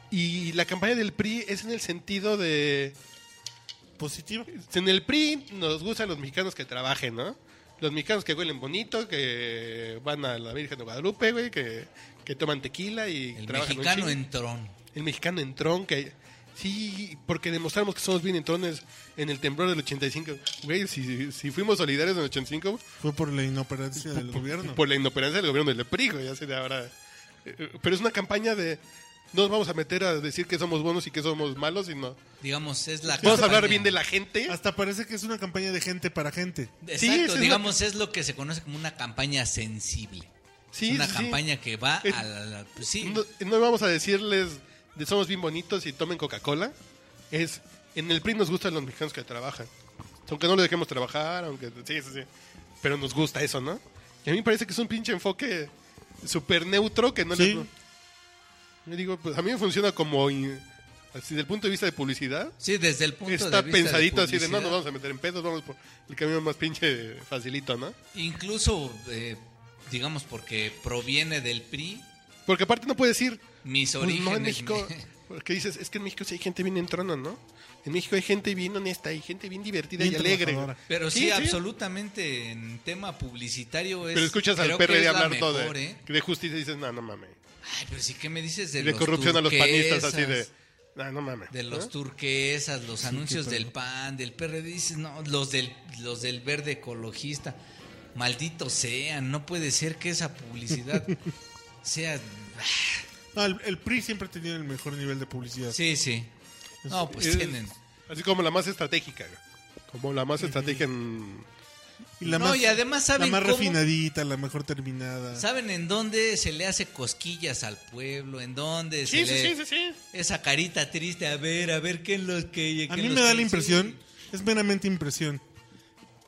[SPEAKER 2] Y la campaña del PRI es en el sentido de.
[SPEAKER 1] positivo.
[SPEAKER 2] En el PRI nos gustan los mexicanos que trabajen, ¿no? Los mexicanos que huelen bonito, que van a la Virgen de Guadalupe, güey, que, que toman tequila y
[SPEAKER 3] El
[SPEAKER 2] trabajan un
[SPEAKER 3] mexicano
[SPEAKER 2] chingo.
[SPEAKER 3] entrón.
[SPEAKER 2] El mexicano entrón, que... Sí, porque demostramos que somos bien entrones en el temblor del 85. Güey, si, si fuimos solidarios en el 85,
[SPEAKER 1] Fue por la inoperancia del gobierno.
[SPEAKER 2] por la inoperancia del gobierno del PRI, güey, ya se de ahora. Eh, Pero es una campaña de... No nos vamos a meter a decir que somos buenos y que somos malos, sino...
[SPEAKER 3] Digamos, es la
[SPEAKER 2] Vamos a hablar
[SPEAKER 3] campaña.
[SPEAKER 2] bien de la gente.
[SPEAKER 1] Hasta parece que es una campaña de gente para gente.
[SPEAKER 2] Sí,
[SPEAKER 3] Exacto,
[SPEAKER 2] esa es
[SPEAKER 3] digamos, es lo que se conoce como una campaña sensible.
[SPEAKER 2] Sí,
[SPEAKER 3] es una
[SPEAKER 2] sí, sí.
[SPEAKER 3] campaña que va
[SPEAKER 2] Eh,
[SPEAKER 3] a la... la- pues sí,
[SPEAKER 2] No, no vamos a decirles de somos bien bonitos y tomen Coca-Cola. Es en el PRI nos gustan los mexicanos que trabajan. Aunque no lo dejemos trabajar, aunque sí, sí, sí. Pero nos gusta eso, ¿no? Y a mí me parece que es un pinche enfoque súper neutro que no
[SPEAKER 1] Sí.
[SPEAKER 2] les- Yo digo, pues a mí me funciona como in- así desde el punto de vista de publicidad.
[SPEAKER 3] sí, desde el punto
[SPEAKER 2] Está
[SPEAKER 3] de vista
[SPEAKER 2] pensadito así de no nos
[SPEAKER 3] publicidad,
[SPEAKER 2] vamos a meter en pedos, vamos por el camino más pinche facilito, ¿no?
[SPEAKER 3] Incluso, eh, digamos, porque proviene del PRI,
[SPEAKER 2] Porque aparte no puede decir,
[SPEAKER 3] mis
[SPEAKER 2] Pues
[SPEAKER 3] orígenes...
[SPEAKER 2] no, en México. Porque dices, es que en México sí hay gente bien entrona, ¿no? En México hay gente bien honesta, hay gente bien divertida
[SPEAKER 1] Bien
[SPEAKER 2] y alegre.
[SPEAKER 1] trabajadora.
[SPEAKER 3] (laughs) Pero sí, absolutamente en tema publicitario es.
[SPEAKER 2] Pero escuchas al
[SPEAKER 3] creo que
[SPEAKER 2] PRD
[SPEAKER 3] es la
[SPEAKER 2] hablar todo
[SPEAKER 3] mejor,
[SPEAKER 2] de,
[SPEAKER 3] ¿eh?
[SPEAKER 2] de justicia y dices, no, no mames.
[SPEAKER 3] Ay, pero sí, ¿qué me dices de,
[SPEAKER 2] Y de
[SPEAKER 3] los
[SPEAKER 2] corrupción a los panistas, así de,
[SPEAKER 3] turquesas?
[SPEAKER 2] no, no mames.
[SPEAKER 3] De
[SPEAKER 2] ¿no?
[SPEAKER 3] los turquesas, los anuncios del PAN, del PRD, dices, no, los del, los del verde ecologista. Maldito sean, no puede ser que
[SPEAKER 2] (laughs)
[SPEAKER 3] esa publicidad sea.
[SPEAKER 1] No, el, el PRI siempre ha tenido el mejor nivel de publicidad.
[SPEAKER 3] Sí, sí. No, pues
[SPEAKER 2] Es
[SPEAKER 3] tienen.
[SPEAKER 2] Así como la más estratégica, güey. Como la más estratégica en.
[SPEAKER 1] Y la
[SPEAKER 3] No,
[SPEAKER 1] más,
[SPEAKER 3] y además saben
[SPEAKER 1] La más
[SPEAKER 3] cómo-
[SPEAKER 1] refinadita, la mejor terminada.
[SPEAKER 3] ¿Saben en dónde se le hace cosquillas al pueblo? ¿En dónde
[SPEAKER 2] Sí,
[SPEAKER 3] se
[SPEAKER 2] sí,
[SPEAKER 3] le-
[SPEAKER 2] sí, sí, sí.
[SPEAKER 3] Esa carita triste, a ver, a ver qué es lo que...
[SPEAKER 1] A
[SPEAKER 3] qué
[SPEAKER 1] mí
[SPEAKER 3] los
[SPEAKER 1] me da
[SPEAKER 3] que-
[SPEAKER 1] la impresión,
[SPEAKER 3] sí.
[SPEAKER 1] es meramente impresión,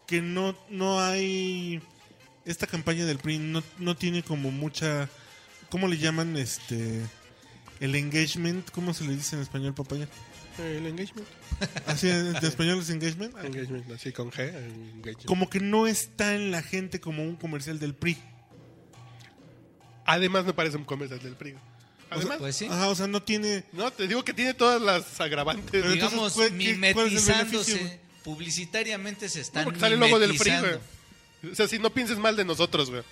[SPEAKER 1] que no, no hay... Esta campaña del PRI no, no tiene como mucha... ¿Cómo le llaman este...? El engagement, ¿cómo se le dice en español, papaya?
[SPEAKER 2] El engagement.
[SPEAKER 1] ¿Así
[SPEAKER 3] (laughs)
[SPEAKER 1] en en español es engagement? Ah,
[SPEAKER 2] Engagement, así con G. engagement.
[SPEAKER 1] Como que no está en la gente como un comercial del PRI.
[SPEAKER 2] Además, me parece un comercial del PRI. Además,
[SPEAKER 3] Pues sí.
[SPEAKER 1] Ajá, o sea, no tiene...
[SPEAKER 2] no, te digo que tiene todas las agravantes.
[SPEAKER 1] Pero entonces,
[SPEAKER 3] Digamos,
[SPEAKER 1] ¿cuál- qué- cuál es el
[SPEAKER 3] mimetizándose.
[SPEAKER 1] beneficio?
[SPEAKER 3] publicitariamente se
[SPEAKER 2] No,
[SPEAKER 3] están
[SPEAKER 2] porque sale el logo del PRI,
[SPEAKER 3] mimetizando.
[SPEAKER 2] güey. O sea, si no pienses mal de nosotros, güey.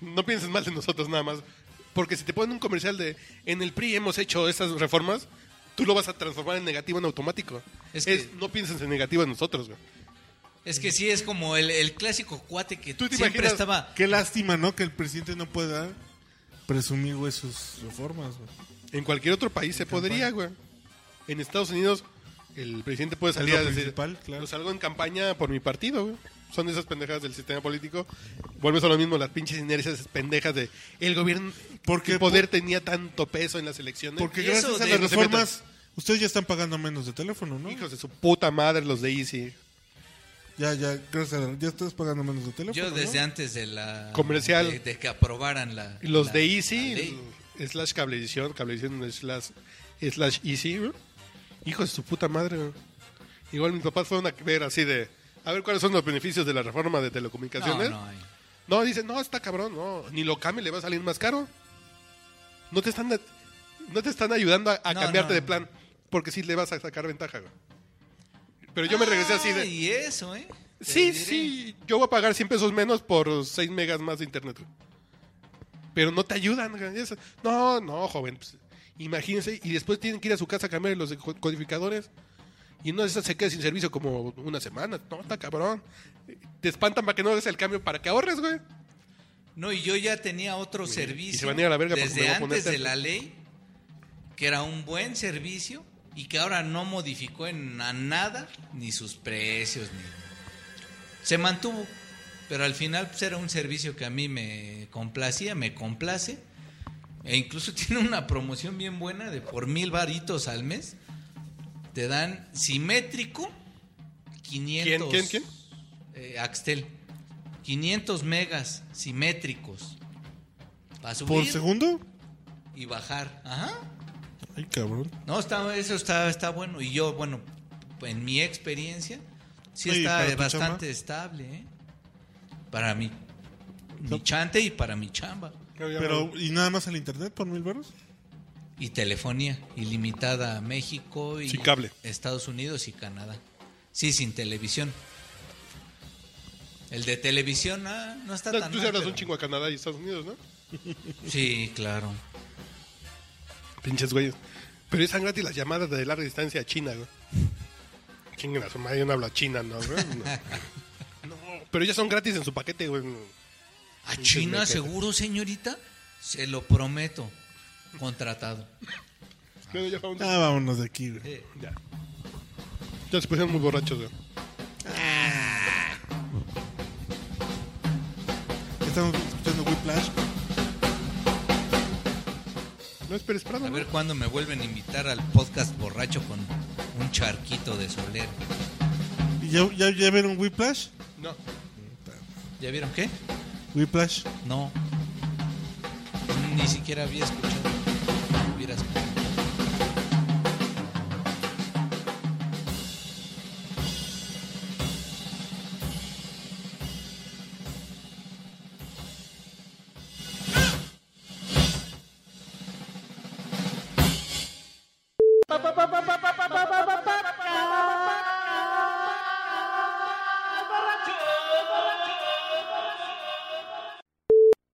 [SPEAKER 2] No pienses mal de nosotros nada más. Porque si te ponen un comercial de en el PRI hemos hecho estas reformas, tú lo vas a transformar en negativo en automático.
[SPEAKER 3] Es
[SPEAKER 2] Es,
[SPEAKER 3] que-
[SPEAKER 2] no pienses en negativo en nosotros, güey.
[SPEAKER 3] Es que sí, es como el, el clásico cuate que
[SPEAKER 2] ¿Tú te
[SPEAKER 3] siempre
[SPEAKER 2] imaginas
[SPEAKER 3] estaba...
[SPEAKER 1] Qué lástima, ¿no? Que el presidente no pueda presumir, güey, sus reformas, güey.
[SPEAKER 2] En cualquier otro país se podría, güey. En Estados Unidos, el presidente puede salir
[SPEAKER 1] lo
[SPEAKER 2] a decir,
[SPEAKER 1] principal, claro.
[SPEAKER 2] "Yo salgo en campaña por mi partido, güey. Son esas pendejadas del sistema político. Vuelves a lo mismo, las pinches inercias pendejas de el gobierno.
[SPEAKER 1] Porque-
[SPEAKER 2] Porque el poder tenía tanto peso en las elecciones.
[SPEAKER 1] Porque
[SPEAKER 3] Y
[SPEAKER 1] gracias
[SPEAKER 3] eso
[SPEAKER 1] a
[SPEAKER 3] de-
[SPEAKER 1] las
[SPEAKER 2] no se
[SPEAKER 1] reformas, ustedes ya están pagando menos de teléfono, ¿no?
[SPEAKER 2] Hijos de su puta madre, los de Easy.
[SPEAKER 1] Ya, ya, gracias a la- ya estás pagando menos de teléfono.
[SPEAKER 3] Yo desde
[SPEAKER 1] ¿no?
[SPEAKER 3] antes de la...
[SPEAKER 2] Comercial.
[SPEAKER 3] De, de que aprobaran la...
[SPEAKER 2] Y Los
[SPEAKER 3] la-
[SPEAKER 2] de
[SPEAKER 3] la
[SPEAKER 2] Easy,
[SPEAKER 3] ley.
[SPEAKER 2] slash cablevisión, cablevisión slash, slash Easy. ¿no? Hijos de su puta madre. ¿no? Igual mis papás fueron a ver así de. A ver cuáles son los beneficios de la reforma de
[SPEAKER 3] No,
[SPEAKER 2] telecomunicaciones.
[SPEAKER 3] no eh. hay.
[SPEAKER 2] No, dicen, no, está cabrón, no. Ni lo cambie, le va a salir más caro. No te están, no te están ayudando a, a
[SPEAKER 3] No,
[SPEAKER 2] cambiarte
[SPEAKER 3] no.
[SPEAKER 2] de plan. Porque sí le vas a sacar ventaja, güey. Pero yo me regresé así
[SPEAKER 3] Ah,
[SPEAKER 2] de.
[SPEAKER 3] Y eso, ¿eh? Te
[SPEAKER 2] Sí,
[SPEAKER 3] diré.
[SPEAKER 2] sí, yo voy a pagar 100 pesos menos por 6 megas más de internet. güey. Pero no te ayudan. güey, eso. No, no, joven. pues, imagínense. Y después tienen que ir a su casa a cambiar los co- codificadores. Y no se queda sin servicio como una semana. No, está cabrón. Te espantan para que no hagas el cambio para que ahorres, güey.
[SPEAKER 3] No, y yo ya tenía otro servicio.
[SPEAKER 2] se van a ir a la verga porque
[SPEAKER 3] desde
[SPEAKER 2] me voy a poner
[SPEAKER 3] antes de
[SPEAKER 2] terco.
[SPEAKER 3] la ley, que era un buen servicio y que ahora no modificó en na- nada ni sus precios ni se mantuvo, pero al final pues, era un servicio que a mí me complacía, me complace e incluso (laughs) tiene una promoción bien buena de por mil varitos al mes te dan simétrico 500
[SPEAKER 2] quién, quién?
[SPEAKER 3] eh, Axtel. 500 megas simétricos. Para subir
[SPEAKER 1] ¿Por segundo?
[SPEAKER 3] y bajar. Ajá.
[SPEAKER 1] Ay, cabrón.
[SPEAKER 3] No, está, eso está, está bueno. Y yo, bueno, en mi experiencia, sí
[SPEAKER 1] Oye,
[SPEAKER 3] está
[SPEAKER 1] ¿para tu
[SPEAKER 3] bastante
[SPEAKER 1] chamba?
[SPEAKER 3] estable, ¿eh? Para mi, mi chante y para mi chamba.
[SPEAKER 1] Pero, ¿y nada más el internet por mil baros?
[SPEAKER 3] Y telefonía ilimitada a México y
[SPEAKER 2] Sin cable.
[SPEAKER 3] Estados Unidos y Canadá. Sí, sin televisión. El de televisión ah, no está tan
[SPEAKER 2] tú se
[SPEAKER 3] mal,
[SPEAKER 2] hablas
[SPEAKER 3] pero-
[SPEAKER 2] un chingo a Canadá y Estados Unidos, ¿no?
[SPEAKER 3] Sí, claro.
[SPEAKER 2] Pinches güeyes. Pero están gratis las llamadas de larga distancia a China, güey. Chinguen a su madre, yo no hablo china, ¿no, güey? No. No, pero ya son gratis en su paquete, güey.
[SPEAKER 3] ¿A
[SPEAKER 2] Pinches
[SPEAKER 3] China
[SPEAKER 2] mequetes.
[SPEAKER 3] seguro, señorita? Se lo prometo. Contratado.
[SPEAKER 2] Luego ya vamos.
[SPEAKER 1] Ah, vámonos de aquí, güey.
[SPEAKER 3] Eh,
[SPEAKER 2] Ya. Ya se pusieron muy borrachos, güey.
[SPEAKER 1] Estamos escuchando Whiplash.
[SPEAKER 2] No esperes Prado,
[SPEAKER 3] a
[SPEAKER 2] ¿no?
[SPEAKER 3] ver cuándo me vuelven a invitar al podcast borracho con un charquito de soler.
[SPEAKER 1] ¿Y ya, ya, ya vieron Whiplash?
[SPEAKER 2] No.
[SPEAKER 3] ¿Ya vieron qué?
[SPEAKER 1] Whiplash.
[SPEAKER 3] No. Ni siquiera había escuchado. Hubieras-
[SPEAKER 6] pa,